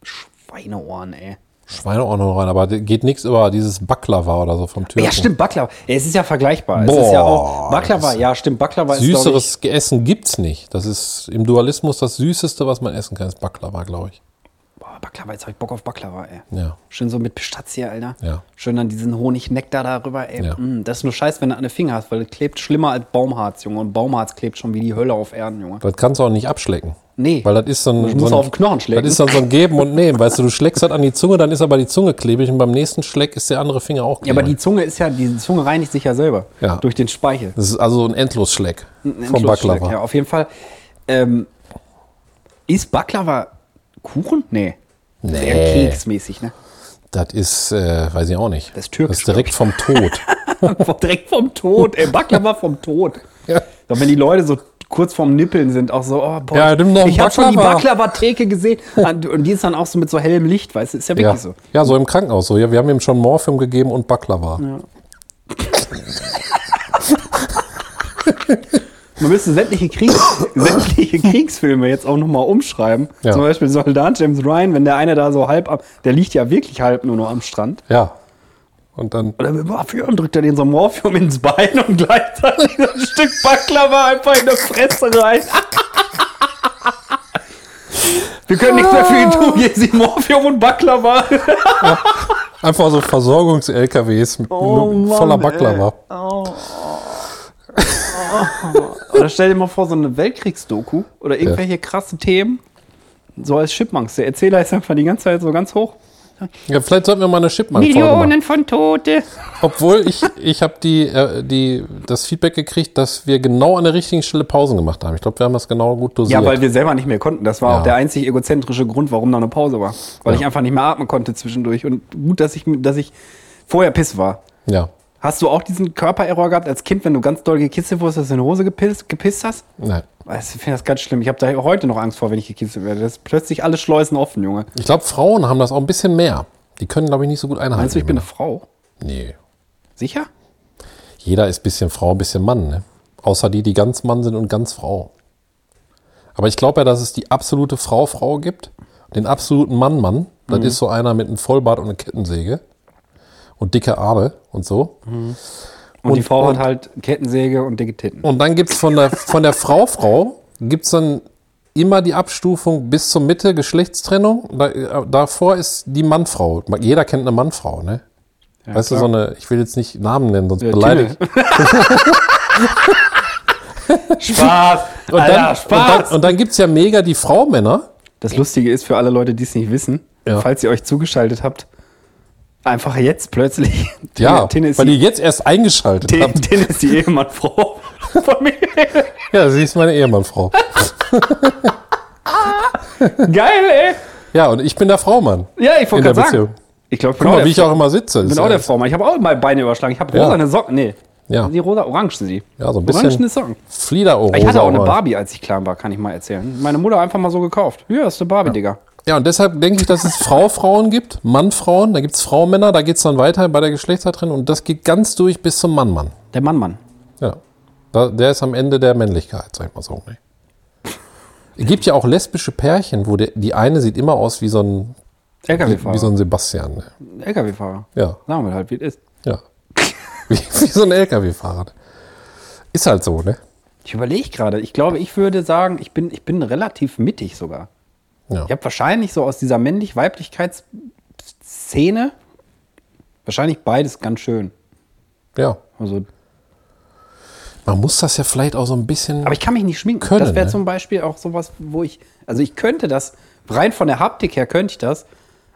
S1: Schweineohren, ey.
S3: Schweineohren noch rein, aber geht nichts über dieses Baklava oder so vom Türken.
S1: Ja, stimmt, Baklava. Es ist ja vergleichbar. es
S3: Boah,
S1: ist ja auch Baklava, ja, stimmt, Baklava ist glaub
S3: Süßeres Essen gibt's nicht. Das ist im Dualismus das Süßeste, was man essen kann, ist Baklava, glaube ich.
S1: Ich, boah, Baklava, jetzt habe ich Bock auf Baklava, ey.
S3: Ja.
S1: Schön so mit Pistazie, Alter.
S3: Ja.
S1: Schön dann diesen Honignektar darüber, ey.
S3: Ja.
S1: Mm, das ist nur scheiße, wenn du an den Finger hast, weil das klebt schlimmer als Baumharz, Junge. Und Baumharz klebt schon wie die Hölle auf Erden, Junge.
S3: Das kannst du auch nicht abschlecken.
S1: Nee.
S3: Weil das ist so ein.
S1: Ich muss
S3: so ein,
S1: auf den Knochen schlägen.
S3: Das ist dann so ein Geben und Nehmen. Weißt du, du schlägst halt an die Zunge, dann ist aber die Zunge klebrig und beim nächsten Schleck ist der andere Finger auch
S1: Ja,
S3: klebrig.
S1: aber die Zunge ist ja, die Zunge reinigt sich ja selber.
S3: Ja.
S1: Durch den Speichel.
S3: das ist also ein Endlosschleck vom
S1: Endlosschlag,
S3: Baklava.
S1: Ja, auf jeden Fall. Ähm, ist Baklava Kuchen? Nee. Sehr
S3: Nee.
S1: keksmäßig, ne?
S3: Das ist, äh, weiß ich auch nicht.
S1: Das ist türkisch,
S3: Das ist direkt vom Tod.
S1: Direkt vom Tod, ey. Baklava vom Tod.
S3: Ja.
S1: Doch wenn die Leute so kurz vorm Nippeln sind, auch so, oh, boah,
S3: Ja, nimm doch
S1: ich habe schon die
S3: Baklava.
S1: Baklava-Theke gesehen. Und und die ist dann auch so mit so hellem Licht, weißt du, ist ja wirklich
S3: ja.
S1: so.
S3: ja, so im Krankenhaus. So. Ja, wir haben ihm schon Morphium gegeben und Baklava.
S1: Man müsste sämtliche, Kriegs sämtliche Kriegsfilme jetzt auch nochmal umschreiben.
S3: Ja.
S1: Zum Beispiel Soldat James Ryan, wenn der eine da so halb am, der liegt ja wirklich halb nur noch am Strand.
S3: Ja. Und dann.
S1: Oder mit Morphium drückt er den so Morphium ins Bein und gleichzeitig so ein Stück Baklava einfach in der Fresse rein. Wir können nichts mehr für ihn tun. Hier sind Morphium und Baklava.
S3: Einfach so Versorgungs-LKWs
S1: Oh
S3: mit nur voller Baklava.
S1: Oder stell dir mal vor, so eine Weltkriegsdoku oder irgendwelche krassen Themen. So als Chipmunks. Der Erzähler ist einfach die ganze Zeit so ganz hoch.
S3: Ja, vielleicht sollten wir mal eine Shipman-Folge machen.
S4: Millionen von Tote.
S3: Obwohl ich, ich habe die, äh, die, das Feedback gekriegt, dass wir genau an der richtigen Stelle Pausen gemacht haben. Ich glaube, wir haben das genau gut dosiert.
S1: Ja, weil wir selber nicht mehr konnten. Das war
S3: Ja.
S1: auch der einzig egozentrische Grund, warum da eine Pause war. Weil
S3: Ja.
S1: ich einfach nicht mehr atmen konnte zwischendurch. Und gut, dass ich, dass ich vorher piss war.
S3: ja.
S1: Hast du auch diesen Körpererror gehabt als Kind, wenn du ganz doll gekitzelt wurdest, dass du in die Hose gepisst, gepisst hast?
S3: Nein.
S1: Weißt du, Ich finde das ganz schlimm. Ich habe da heute noch Angst vor, wenn ich gekitzelt werde. Das ist plötzlich alle Schleusen offen, Junge.
S3: Ich glaube, Frauen haben das auch ein bisschen mehr. Die können, glaube ich, nicht so gut einhalten.
S1: Meinst du, ich bin eine Frau?
S3: Nee.
S1: Sicher?
S3: Jeder ist bisschen Frau, bisschen Mann, ne? Außer die, die ganz Mann sind und ganz Frau. Aber ich glaube ja, dass es die absolute Frau-Frau gibt. Den absoluten Mann-Mann. Das
S1: Mhm.
S3: ist so einer mit einem Vollbart und einer Kettensäge. Und dicke Arme und so.
S1: Und, die
S3: Und-
S1: Frau
S3: und-
S1: hat
S3: Oh.
S1: halt Kettensäge und dicke Titten.
S3: Und dann gibt's von der, von der Frau, Frau, gibt's dann immer die Abstufung bis zur Mitte, Geschlechtstrennung. Da, äh, davor ist die Mann-Frau. Jeder kennt eine Mann-Frau, ne? weißt du, so eine, ich will jetzt nicht Namen nennen, sonst beleidigt.
S1: Spaß!
S3: Und dann, Und dann, und dann gibt's ja mega die Frau-Männer.
S1: Das Lustige ist für alle Leute, die es nicht wissen,
S3: Ja.
S1: falls ihr euch zugeschaltet habt, einfach jetzt plötzlich.
S3: Ja,
S1: Tin ist
S3: weil die
S1: die,
S3: jetzt erst eingeschaltet
S1: Tin,
S3: haben.
S1: Tin ist die Ehemann-Frau von mir.
S3: Ja, sie ist meine Ehemannfrau.
S1: Geil,
S3: Ja, und ich bin der Fraumann.
S1: ey! Ja, ich
S3: In
S1: wollte
S3: der
S1: gerade sagen.
S3: Beziehung.
S1: Ich glaube, ich bin
S3: Guck
S1: auch
S3: mal,
S1: der
S3: wie ich
S1: Frau-
S3: auch immer sitze. Das
S1: bin
S3: ist
S1: auch
S3: ja-
S1: der Frau. Ich habe auch mal Beine überschlagen. Ich habe
S3: Ja.
S1: rosane Socken. Nee.
S3: Ja.
S1: Die rosa, orange sind die.
S3: Ja, so ein bisschen.
S1: Orangene Socken.
S3: Fliederohrose.
S1: Ich hatte auch eine
S3: aber-
S1: Barbie, als ich klein war, kann ich mal erzählen. Meine Mutter einfach mal so gekauft. Ja, ist eine Barbie, Digga.
S3: Ja, und deshalb denke ich, dass es Frau-Frauen gibt, Mann-Frauen, da gibt's Frau-Männer, da geht's dann weiter bei der Geschlechtszertrennung und das geht ganz durch bis zum Mann-Mann.
S1: Der Mann, Mann.
S3: Ja. Da, der ist am Ende der Männlichkeit, sag ich mal so. Ne? Es gibt ja auch lesbische Pärchen, wo der, die eine sieht immer aus wie so ein, wie so
S1: LKW-Fahrer.
S3: ein Sebastian. Ne?
S1: LKW-Fahrer.
S3: Ja,
S1: Sagen wir halt, wie es ist.
S3: ja. Wie, wie so ein LKW-Fahrer. Ist halt so, ne?
S1: Ich überlege gerade. Ich glaube, ich würde sagen, ich bin, ich bin relativ mittig sogar.
S3: Ja.
S1: Ich habe wahrscheinlich so aus dieser männlich-weiblichkeitsszene wahrscheinlich beides ganz schön.
S3: ja.
S1: Also,
S3: Man muss das ja vielleicht auch so ein bisschen.
S1: aber ich kann mich nicht schminken.
S3: Können,
S1: das wäre
S3: ne?
S1: zum Beispiel auch sowas, wo ich, also ich könnte das, rein von der Haptik her könnte ich das.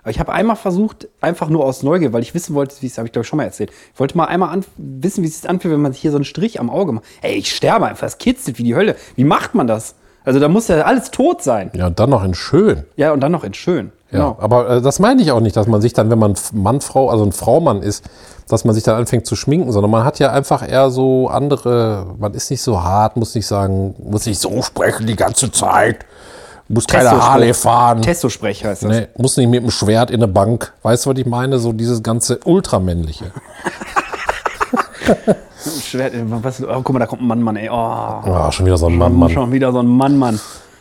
S1: Aber ich habe einmal versucht, einfach nur aus Neugier, weil ich wissen wollte, wie es, habe ich glaube ich schon mal erzählt, ich wollte mal einmal an, wissen, wie es sich anfühlt, wenn man sich hier so einen Strich am Auge macht. Ey, ich sterbe einfach, das kitzelt wie die Hölle. Wie macht man das? Also da muss ja alles tot sein.
S3: ja, dann noch in schön.
S1: Ja, und dann noch in schön. Genau.
S3: Ja, aber äh, das meine ich auch nicht, dass man sich dann, wenn man F- Mann, Frau, also ein Fraumann ist, dass man sich dann anfängt zu schminken, sondern man hat ja einfach eher so andere, man ist nicht so hart, muss nicht sagen, muss nicht so sprechen die ganze Zeit, muss keine
S1: Testosteron.
S3: Harley fahren,
S1: Testosprech heißt das.
S3: ne, muss nicht mit dem Schwert in eine Bank. Weißt du, was ich meine? So dieses ganze Ultramännliche.
S1: Schwert, äh, was, oh, guck mal, da kommt ein Mann, Mann, ey. Oh,
S3: Ah, schon wieder so ein Mann, Mann.
S1: schon wieder so ein Mann, Mann.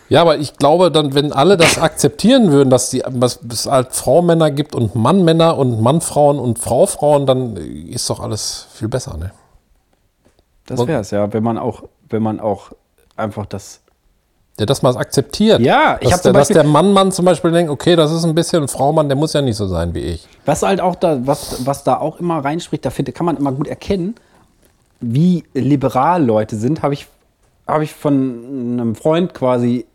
S3: Ja, aber ich glaube dann, wenn alle das akzeptieren würden, dass die, dass es halt Frau-Männer gibt und Mann-Männer und Mann-Frauen und Frau-Frauen, dann ist doch alles viel besser, ne?
S1: Das wär's, ja. Wenn man auch, wenn man auch einfach das
S3: der das mal akzeptiert.
S1: Ja, ich
S3: ich
S1: hab
S3: dass,
S1: zum
S3: der, dass
S1: Beispiel-
S3: der Mann-Mann zum Beispiel denkt, okay, das ist ein bisschen ein Frau-Mann, der muss ja nicht so sein wie ich.
S1: Was halt auch da, was, was da auch immer reinspricht, da finde, kann man immer gut erkennen, wie liberal Leute sind, habe ich, habe ich von einem Freund quasi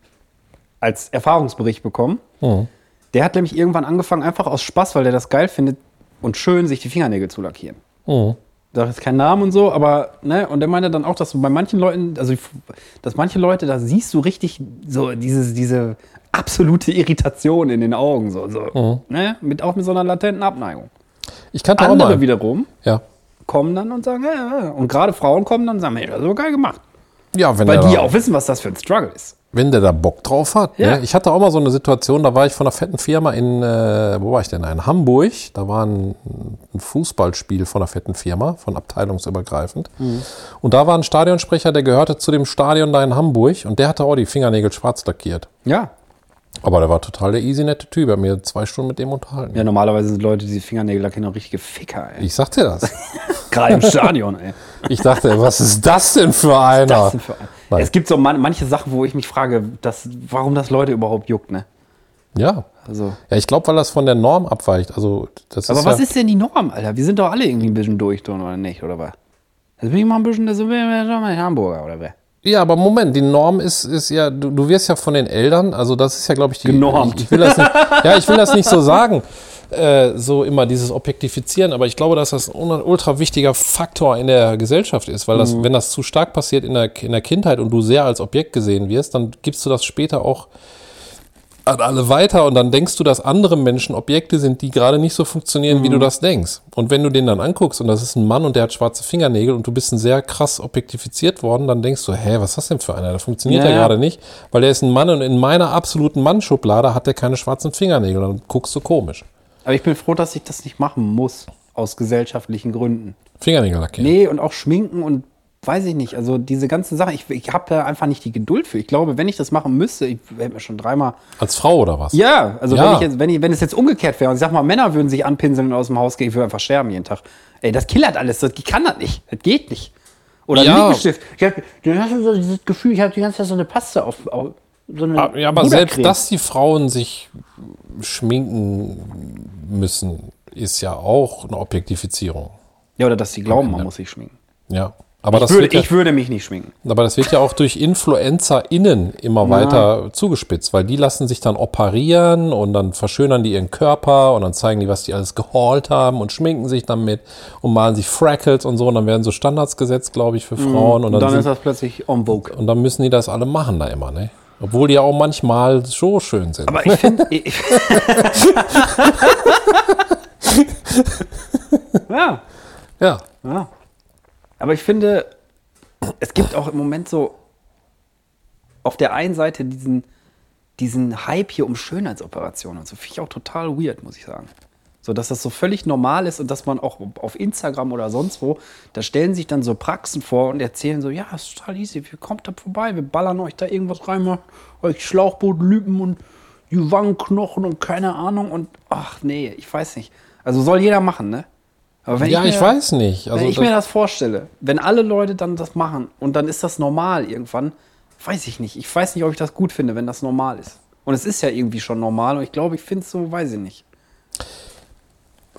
S1: als Erfahrungsbericht bekommen.
S3: Hm,
S1: Der hat nämlich irgendwann angefangen, einfach aus Spaß, weil der das geil findet und schön, sich die Fingernägel zu lackieren.
S3: hm.
S1: Sag jetzt keinen Namen und so, aber, ne, und der meinte dann auch, dass du bei manchen Leuten, also, dass manche Leute, da siehst du richtig so dieses, diese absolute Irritation in den Augen, so, so ne, mit, auch mit so einer latenten Abneigung.
S3: Ich kannte auch
S1: Andere
S3: mal.
S1: wiederum
S3: Ja.
S1: kommen dann und sagen, ja, ja, ja. und gerade Frauen kommen dann und sagen, hey, das ist aber geil gemacht.
S3: Ja, wenn
S1: Weil
S3: der
S1: die
S3: da,
S1: auch wissen, was das für ein Struggle ist.
S3: wenn der da Bock drauf hat.
S1: Ja.
S3: Ne? Ich hatte auch mal so eine Situation, da war ich von einer fetten Firma in, äh, wo war ich denn? In Hamburg. Da war ein, ein Fußballspiel von einer fetten Firma, von abteilungsübergreifend.
S1: Mhm.
S3: Und da war ein Stadionsprecher, der gehörte zu dem Stadion da in Hamburg und der hatte auch die Fingernägel schwarz lackiert.
S1: Ja.
S3: Aber der war total der easy nette Typ. Ich habe mir zwei Stunden mit dem unterhalten.
S1: Ja, normalerweise sind Leute, die die Fingernägel lackieren, auch richtige Ficker, ey.
S3: Ich sagte das.
S1: Gerade im Stadion, ey.
S3: Ich dachte, was ist das denn für einer?
S1: Das sind für,
S3: Nein.
S1: es gibt so man, manche Sachen, wo ich mich frage, dass, warum das Leute überhaupt juckt, ne?
S3: ja.
S1: Also.
S3: ja, ich glaube, weil das von der Norm abweicht. Also, das
S1: Aber
S3: ist
S1: was
S3: ja,
S1: ist denn die Norm, Alter? Wir sind doch alle irgendwie ein bisschen durch, drin, oder nicht, oder was? Das bin ich mal ein bisschen, das sind wir ja schon mal in Hamburger, oder wer?
S3: Ja, aber Moment, die Norm ist, ist ja, du, du wirst ja von den Eltern, also das ist ja, glaube ich, die.
S1: Genormt.
S3: Ich, ich will das nicht, ja, ich will das nicht so sagen, äh, so immer dieses Objektifizieren, aber ich glaube, dass das ein un- ultra wichtiger Faktor in der Gesellschaft ist, weil das,
S1: Mhm.
S3: wenn das zu stark passiert in der, in der Kindheit und du sehr als Objekt gesehen wirst, dann gibst du das später auch an alle weiter und dann denkst du, dass andere Menschen Objekte sind, die gerade nicht so funktionieren,
S1: Mhm.
S3: wie du das denkst. Und wenn du den dann anguckst und das ist ein Mann und der hat schwarze Fingernägel und du bist ein sehr krass objektifiziert worden, dann denkst du, hä, was ist das denn für einer? Das funktioniert
S1: Ja,
S3: ja,
S1: ja.
S3: gerade nicht, weil der ist ein Mann und in meiner absoluten Mannschublade hat der keine schwarzen Fingernägel. Dann guckst du komisch.
S1: Aber ich bin froh, dass ich das nicht machen muss, aus gesellschaftlichen Gründen.
S3: Fingernägel lackieren.
S1: Nee, und auch schminken und weiß ich nicht. Also diese ganzen Sachen, ich, ich habe da einfach nicht die Geduld für. Ich glaube, wenn ich das machen müsste, ich hätte mir schon dreimal.
S3: Als Frau oder was?
S1: Ja, also
S3: Ja.
S1: Wenn, ich jetzt, wenn, ich, wenn es jetzt umgekehrt wäre und ich sag mal, Männer würden sich anpinseln und aus dem Haus gehen, ich würde einfach sterben jeden Tag. Ey, das killert alles, das kann das nicht. Das geht nicht. Oder
S3: Ja.
S1: Lippenstift. Ich hab, du hast so dieses Gefühl, ich habe die ganze Zeit so eine Paste auf. auf so eine
S3: Ah, Ja, aber selbst
S1: Pudercreme.
S3: dass die Frauen sich schminken müssen, ist ja auch eine Objektifizierung.
S1: Ja, oder dass sie glauben, man muss sich schminken.
S3: Ja. Aber das
S1: Würde,
S3: wird ja-
S1: ich würde mich nicht schminken.
S3: Aber das wird ja auch durch InfluencerInnen immer weiter zugespitzt, weil die lassen sich dann operieren und dann verschönern die ihren Körper und dann zeigen die, was die alles gehault haben und schminken sich damit und malen sich Freckles und so und dann werden so Standards gesetzt, glaube ich, für Frauen und,
S1: Mhm. Und
S3: dann
S1: dann ist
S3: sind,
S1: das plötzlich en vogue.
S3: und dann müssen die das alle machen da immer, ne? Obwohl die ja auch manchmal so schön sind.
S1: Aber ich finde. ich- ja,
S3: ja.
S1: ja. Aber ich finde, es gibt auch im Moment so auf der einen Seite diesen, diesen Hype hier um Schönheitsoperationen und so. Finde ich auch total weird, muss ich sagen. So, dass das so völlig normal ist und dass man auch auf Instagram oder sonst wo, da stellen sich dann so Praxen vor und erzählen so, ja, ist total easy, wir kommt da vorbei, wir ballern euch da irgendwas rein, machen euch Schlauchboot, Lüpen und die Wangenknochen und keine Ahnung und ach nee, ich weiß nicht. Also soll jeder machen, ne? Aber wenn
S3: ja, ich
S1: mir-
S3: weiß nicht. Also
S1: wenn ich
S3: das-
S1: mir das vorstelle, wenn alle Leute dann das machen und dann ist das normal irgendwann, weiß ich nicht. Ich weiß nicht, ob ich das gut finde, wenn das normal ist. Und es ist ja irgendwie schon normal und ich glaube, ich finde es so, weiß ich nicht.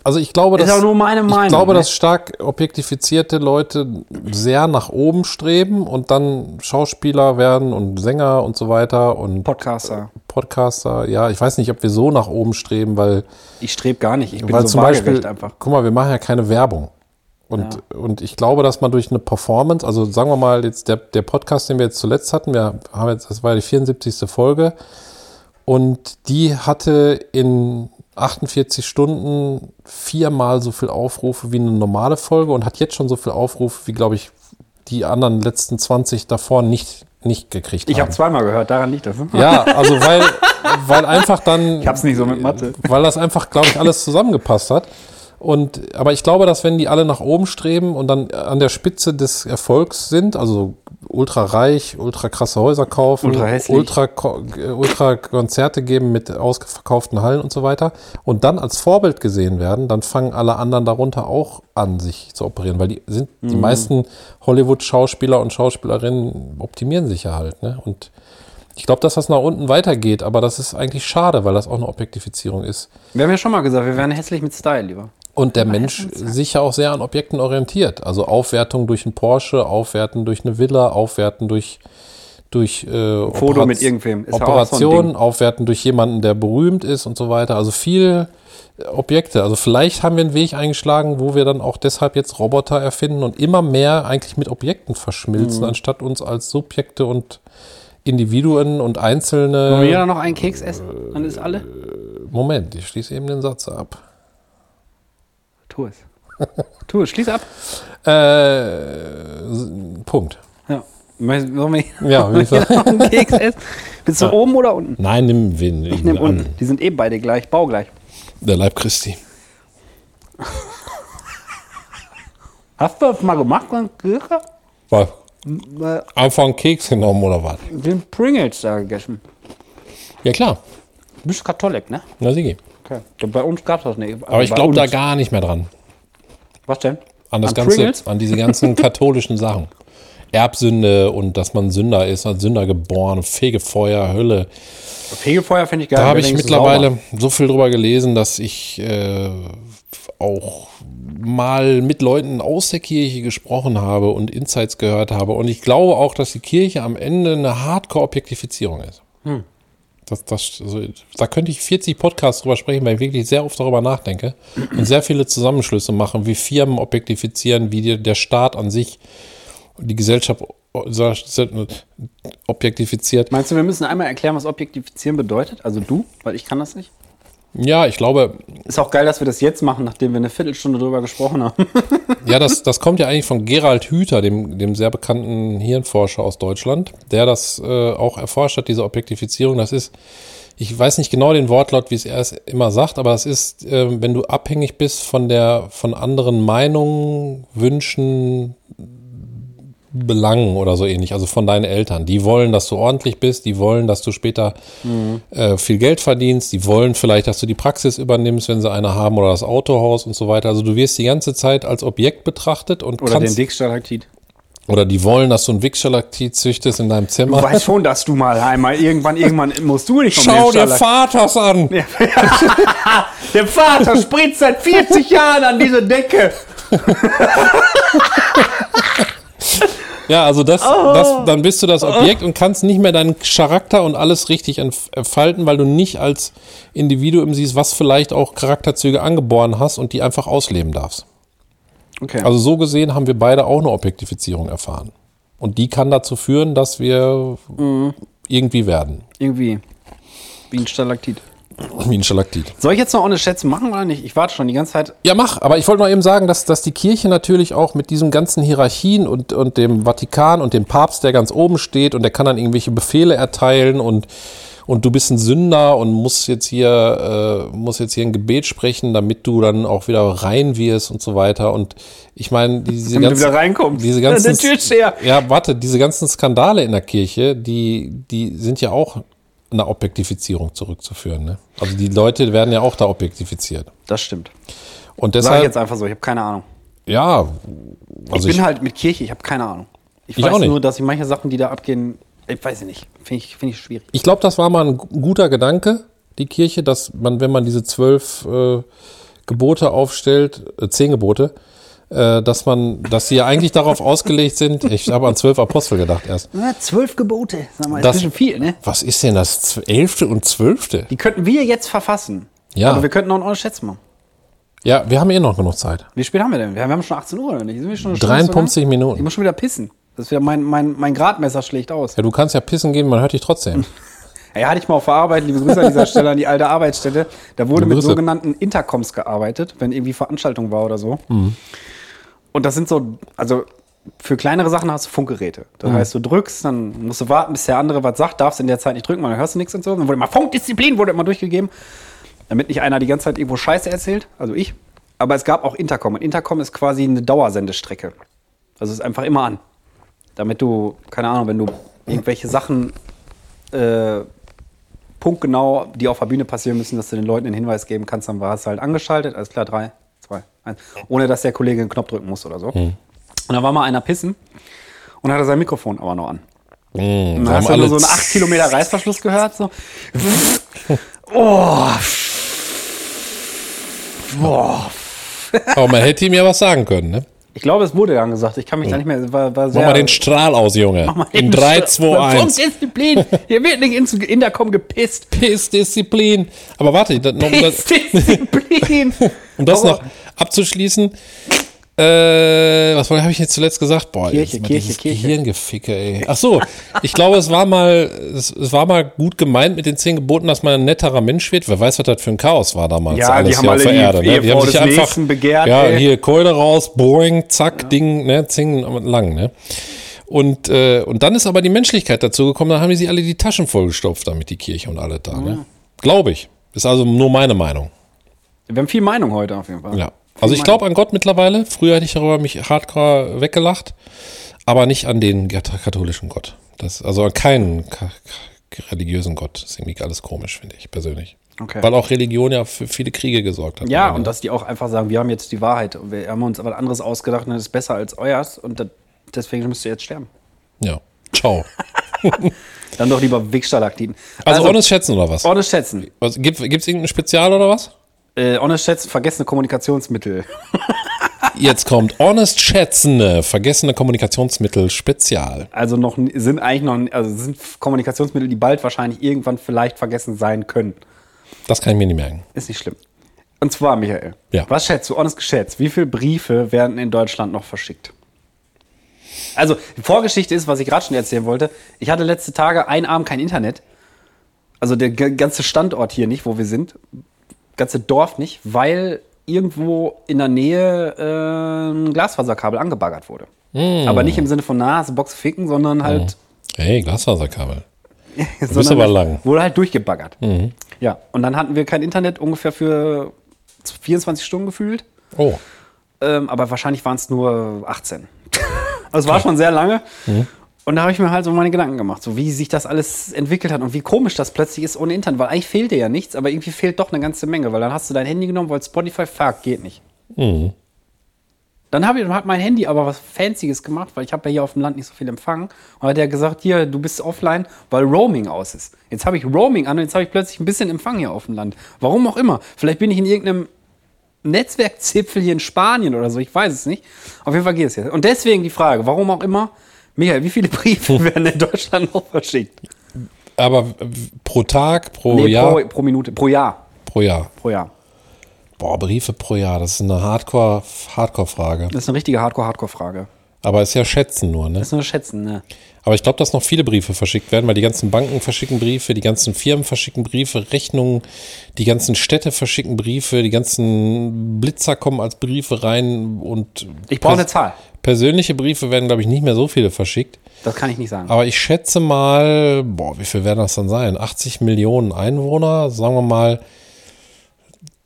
S3: Also ich glaube,
S1: Ist
S3: dass,
S1: auch nur meine Meinung,
S3: ich glaube,
S1: ne?
S3: dass stark objektifizierte Leute sehr nach oben streben und dann Schauspieler werden und Sänger und so weiter und
S1: Podcaster.
S3: Podcaster. Ja, ich weiß nicht, ob wir so nach oben streben, weil,
S1: Ich strebe gar nicht. Ich bin
S3: weil
S1: so
S3: zum Beispiel,
S1: waagerecht einfach.
S3: guck mal, wir machen ja keine Werbung. Und, und ich glaube, dass man durch eine Performance, also sagen wir mal, jetzt der, der Podcast, den wir jetzt zuletzt hatten, wir haben jetzt, das war die 74. Folge, und die hatte in 48 Stunden viermal so viel Aufrufe wie eine normale Folge und hat jetzt schon so viel Aufrufe wie, glaube ich, die anderen letzten 20 davor nicht, nicht gekriegt
S1: Ich habe
S3: haben.
S1: zweimal gehört, daran liegt das. ne?
S3: Ja, also weil, weil einfach dann.
S1: Ich hab's nicht so mit Mathe.
S3: Weil das einfach, glaube ich, alles zusammengepasst hat. Und, aber ich glaube, dass wenn die alle nach oben streben und dann an der Spitze des Erfolgs sind, also ultra reich, ultra krasse Häuser kaufen,
S1: Ultra hässlich.
S3: ultra, Ko- äh, ultra Konzerte geben mit ausverkauften Hallen und so weiter und dann als Vorbild gesehen werden, dann fangen alle anderen darunter auch an, sich zu operieren, weil die sind, die
S1: Mhm.
S3: meisten Hollywood-Schauspieler und Schauspielerinnen optimieren sich ja halt, ne? Und Ich glaube, dass das nach unten weitergeht, aber das ist eigentlich schade, weil das auch eine Objektifizierung ist.
S1: Wir haben ja schon mal gesagt, wir wären hässlich mit Style, lieber.
S3: Und der Mensch sich ja auch sehr an Objekten orientiert. Also Aufwertung durch einen Porsche, Aufwerten durch eine Villa, Aufwerten durch durch äh,
S1: Foto
S3: Operaz-
S1: mit irgendwem. Ist ja auch so ein
S3: Operationen,
S1: Ding.
S3: Aufwerten durch jemanden, der berühmt ist und so weiter. Also viel äh, Objekte. Also vielleicht haben wir einen Weg eingeschlagen, wo wir dann auch deshalb jetzt Roboter erfinden und immer mehr eigentlich mit Objekten verschmilzen,
S1: Mhm.
S3: anstatt uns als Subjekte und Individuen
S1: Wollen
S3: und
S1: wir
S3: einzelne.
S1: jeder noch einen Keks essen? Dann ist alle.
S3: Moment, ich schließe eben den Satz ab.
S1: Tu es. Tu es, schließ ab.
S3: Äh, Punkt.
S1: Ja. Möchtest- Sollen wir
S3: Ja, wie gesagt.
S1: noch einen Keks essen? Bist du oben oder unten?
S3: Nein, nimm wen.
S1: Ich nehme unten. Die sind eben beide gleich, baugleich.
S3: Der Leib Christi.
S1: Hast du das mal gemacht, dann Kirche?
S3: Was? Einfach einen Keks genommen oder was?
S1: Den Pringles da gegessen.
S3: Ja, klar.
S1: Du bist Katholik, ne?
S3: Na, Sigi.
S1: Okay. Bei uns gab's das nicht.
S3: Aber ich glaube da gar nicht mehr dran.
S1: Was denn?
S3: An das
S1: An
S3: ganze,
S1: Pringles?
S3: an diese ganzen katholischen Sachen. Erbsünde und dass man Sünder ist, als Sünder geboren, Fegefeuer, Hölle.
S1: Fegefeuer finde ich geil.
S3: Da habe
S1: Wenn
S3: ich
S1: denkst,
S3: mittlerweile
S1: sauber.
S3: so viel drüber gelesen, dass ich äh, auch mal mit Leuten aus der Kirche gesprochen habe und Insights gehört habe. Und ich glaube auch, dass die Kirche am Ende eine Hardcore-Objektifizierung ist.
S1: Hm.
S3: Das, das, also, da könnte ich 40 Podcasts drüber sprechen, weil ich wirklich sehr oft darüber nachdenke und sehr viele Zusammenschlüsse machen, wie Firmen objektifizieren, wie die, der Staat an sich die Gesellschaft äh, objektifiziert.
S1: Meinst du, wir müssen einmal erklären, was objektifizieren bedeutet? Also du, weil ich kann das nicht.
S3: Ja, ich glaube,
S1: Ist auch geil, dass wir das jetzt machen, nachdem wir eine Viertelstunde drüber gesprochen haben.
S3: Ja, das, das kommt ja eigentlich von Gerald Hüther, dem, dem sehr bekannten Hirnforscher aus Deutschland, der das äh, auch erforscht hat, diese Objektifizierung. Das ist, ich weiß nicht genau den Wortlaut, wie es er es immer sagt, aber es ist, äh, wenn du abhängig bist von der, von anderen Meinungen, Wünschen, Belangen oder so ähnlich, also von deinen Eltern. Die wollen, dass du ordentlich bist, die wollen, dass du später
S1: Mhm.
S3: äh, viel Geld verdienst, die wollen vielleicht, dass du die Praxis übernimmst, wenn sie eine haben oder das Autohaus und so weiter. Also du wirst die ganze Zeit als Objekt betrachtet und
S1: Oder den
S3: kannst,
S1: Dickstalaktit.
S3: oder die wollen, dass du einen Wichsgalaktit züchtest in deinem Zimmer.
S1: Du weißt schon, dass du mal einmal irgendwann, irgendwann musst du dich vom
S3: Schau dir
S1: Dickstalaktit-
S3: Vaters an!
S1: Der Vater spritzt seit 40 Jahren an diese Decke.
S3: Ja, also das, das, dann bist du das Objekt und kannst nicht mehr deinen Charakter und alles richtig entf- entfalten, weil du nicht als Individuum siehst, was vielleicht auch Charakterzüge angeboren hast und die einfach ausleben darfst.
S1: Okay.
S3: Also so gesehen haben wir beide auch eine Objektifizierung erfahren. Und die kann dazu führen, dass wir irgendwie werden.
S1: irgendwie. Wie ein Stalaktit.
S3: Wie ein Stalaktit.
S1: Soll ich jetzt noch ohne Schätzen machen oder nicht? Ich warte schon die ganze Zeit.
S3: Ja, mach. Aber ich wollte noch eben sagen, dass, dass die Kirche natürlich auch mit diesen ganzen Hierarchien und, und dem Vatikan und dem Papst, der ganz oben steht und der kann dann irgendwelche Befehle erteilen und, und du bist ein Sünder und musst jetzt hier, äh, musst jetzt hier ein Gebet sprechen, damit du dann auch wieder rein wirst und so weiter. Und ich meine, diese
S1: Damit du
S3: ganzen,
S1: wieder reinkommst.
S3: Diese ganzen,
S1: Der Türsteher.
S3: ja, warte, diese ganzen Skandale in der Kirche, die, die sind ja auch einer Objektifizierung zurückzuführen. Ne? Also die Leute werden ja auch da objektifiziert.
S1: Das stimmt.
S3: Und
S1: Sag ich
S3: deshalb,
S1: jetzt einfach so, ich habe keine Ahnung.
S3: ja, also
S1: ich
S3: ich,
S1: bin halt mit Kirche, ich habe keine Ahnung. Ich,
S3: Ich
S1: weiß
S3: auch nicht.
S1: nur, dass ich manche Sachen, die da abgehen, ich weiß nicht. Finde ich, find ich schwierig.
S3: ich glaube, das war mal ein gu- guter Gedanke, die Kirche, dass man, wenn man diese zwölf äh, Gebote aufstellt, äh, zehn Gebote, äh, dass man, dass sie ja eigentlich darauf ausgelegt sind. Ich habe an zwölf Apostel gedacht erst.
S1: Na, zwölf Gebote, sag mal,
S3: Das-
S1: ist ein bisschen viel, ne?
S3: Was ist denn das Zw- elfte und zwölfte?
S1: Die könnten wir jetzt verfassen.
S3: Ja.
S1: Aber wir könnten auch noch ohne Schätzen machen.
S3: Ja, wir haben eh noch genug Zeit.
S1: Wie spät haben wir denn? Wir haben schon 18 Uhr, oder nicht? Sind wir schon eine Stunde zu lang?
S3: 53
S1: Ich
S3: Minuten.
S1: muss schon wieder pissen. Das ist wieder mein, mein, mein Gradmesser schlägt aus.
S3: Ja, du kannst ja pissen gehen, man hört dich trotzdem.
S1: Ey, hatte ich mal auf der Arbeit, liebe Grüße an dieser Stelle an die alte Arbeitsstätte. Da wurde
S3: Liebe
S1: mit
S3: Grüße.
S1: sogenannten Intercoms gearbeitet, wenn irgendwie Veranstaltung war oder so.
S3: Mhm.
S1: Und das sind so, also für kleinere Sachen hast du Funkgeräte.
S3: Mhm.
S1: Das heißt, du drückst, dann musst du warten, bis der andere was sagt, darfst in der Zeit nicht drücken, weil dann hörst du nichts und so. Dann wurde immer Funkdisziplin, wurde immer durchgegeben, damit nicht einer die ganze Zeit irgendwo Scheiße erzählt, also ich. Aber es gab auch Intercom. Und Intercom ist quasi eine Dauersendestrecke. Also es ist einfach immer an. Damit du, keine Ahnung, wenn du irgendwelche Sachen äh, punktgenau, die auf der Bühne passieren müssen, dass du den Leuten einen Hinweis geben kannst, dann war es halt angeschaltet. Alles klar, drei, zwei, eins. Ohne dass der Kollege einen Knopf drücken muss oder so. Und da war mal einer pissen und hatte sein Mikrofon aber noch an. Und dann Hm, hast du
S3: Hm, haben
S1: nur
S3: alle
S1: so einen 8 Kilometer Reißverschluss gehört. So. Oh. Boah.
S3: Aber Oh, man hätte ihm ja was sagen können, ne?
S1: Ich glaube, es wurde dann gesagt. Ich kann mich da nicht mehr. War, war sehr,
S3: Mach mal den Strahl aus, Junge. In 3, 2, 1.
S1: Disziplin. Hier wird nicht ins Intercom gepisst.
S3: Piss Disziplin. Aber warte, das, noch, das,
S1: Disziplin.
S3: um das noch abzuschließen. Äh, was habe ich jetzt zuletzt gesagt? Boah,
S1: Kirche,
S3: jetzt mal
S1: Kirche,
S3: dieses
S1: Kirche.
S3: Gehirngeficke, ey. Ach so, ich glaube, es war mal, es, es war mal gut gemeint mit den zehn Geboten, dass man ein netterer Mensch wird. Wer weiß, was das für ein Chaos war damals.
S1: Ja, die haben
S3: hier ne?
S1: alle die
S3: Die
S1: Ehefrau
S3: haben sich
S1: des
S3: einfach,
S1: Nächsten begehrt,
S3: ja,
S1: ey.
S3: hier Keule raus, boing, zack, Ding, ne, zing lang, ne. Und, äh, und dann ist aber die Menschlichkeit dazu gekommen, dann haben die sich alle die Taschen vollgestopft, damit die Kirche und alle da, ne. Glaube ich. Ist also nur meine Meinung.
S1: Wir haben viel Meinung heute auf jeden Fall.
S3: Ja. Also ich glaube an Gott mittlerweile. Früher hätte ich darüber mich hardcore weggelacht, aber nicht an den gat- katholischen Gott. Das, also an keinen ka ka- religiösen Gott. Das ist irgendwie alles komisch, finde ich persönlich.
S1: Okay.
S3: Weil auch Religion ja für viele Kriege gesorgt hat.
S1: Ja,
S3: Ne?
S1: und dass die auch einfach sagen, wir haben jetzt die Wahrheit und wir haben uns aber anderes ausgedacht und das ist besser als euers und das, deswegen müsst ihr jetzt sterben.
S3: Ja. Ciao.
S1: Dann doch lieber Wegstalaktiten.
S3: Also, honest schätzen oder was?
S1: honest schätzen.
S3: was gibt es irgendein Spezial oder was?
S1: Äh, honest schätzen, vergessene Kommunikationsmittel.
S3: Jetzt kommt honest schätzende, vergessene Kommunikationsmittel Spezial.
S1: Also noch n- sind eigentlich noch n- also sind Kommunikationsmittel, die bald wahrscheinlich irgendwann vielleicht vergessen sein können.
S3: Das kann ich mir nicht merken.
S1: Ist nicht schlimm. Und zwar, Michael,
S3: Ja.
S1: was schätzt du, honest geschätzt, wie viele Briefe werden in Deutschland noch verschickt? Also, die Vorgeschichte ist, was ich gerade schon erzählen wollte. Ich hatte letzte Tage einen Abend kein Internet. Also der g- ganze Standort hier nicht, wo wir sind. Ganze Dorf nicht, weil irgendwo in der Nähe äh, ein Glasfaserkabel angebaggert wurde. Aber nicht im Sinne von Nasebox ficken, sondern halt
S3: Hey, Glasfaserkabel.
S1: Du
S3: bist aber lang. Mhm.
S1: Wurde halt durchgebaggert. Ja, und dann hatten wir kein Internet ungefähr für 24 Stunden gefühlt.
S3: Oh.
S1: Ähm, aber wahrscheinlich waren es nur 18. also es war schon sehr lange. Und da habe ich mir halt so meine Gedanken gemacht, so wie sich das alles entwickelt hat und wie komisch das plötzlich ist ohne Internet. Weil eigentlich fehlt dir ja nichts, aber irgendwie fehlt doch eine ganze Menge, weil dann hast du dein Handy genommen, wolltest Spotify, fuck, geht nicht. Dann hab ich, hat mein Handy aber was Fancyes gemacht, weil ich habe ja hier auf dem Land nicht so viel empfangen. Und hat er gesagt, hier, du bist offline, weil Roaming aus ist. Jetzt habe ich Roaming an und jetzt habe ich plötzlich ein bisschen Empfang hier auf dem Land. Warum auch immer. Vielleicht bin ich in irgendeinem Netzwerkzipfel hier in Spanien oder so, ich weiß es nicht. Auf jeden Fall geht es jetzt. Und deswegen die Frage, warum auch immer, Michael, wie viele Briefe werden in Deutschland noch verschickt?
S3: Aber äh, pro Tag, pro
S1: Nee,
S3: Jahr,
S1: pro, pro Minute, pro Jahr.
S3: pro Jahr.
S1: Pro Jahr.
S3: Boah, Briefe pro Jahr, das ist eine Hardcore- Hardcore-Frage.
S1: Das ist eine richtige Hardcore-Hardcore-Frage.
S3: Aber ist ja Schätzen nur, ne?
S1: Das ist nur Schätzen, ne?
S3: Aber ich glaube, dass noch viele Briefe verschickt werden, weil die ganzen Banken verschicken Briefe, die ganzen Firmen verschicken Briefe, Rechnungen, die ganzen Städte verschicken Briefe, die ganzen Blitzer kommen als Briefe rein und.
S1: Ich brauche eine
S3: pers-
S1: Zahl.
S3: Persönliche Briefe werden, glaube ich, nicht mehr so viele verschickt.
S1: Das kann ich nicht sagen.
S3: Aber ich schätze mal, boah, wie viel werden das dann sein? 80 Millionen Einwohner, sagen wir mal,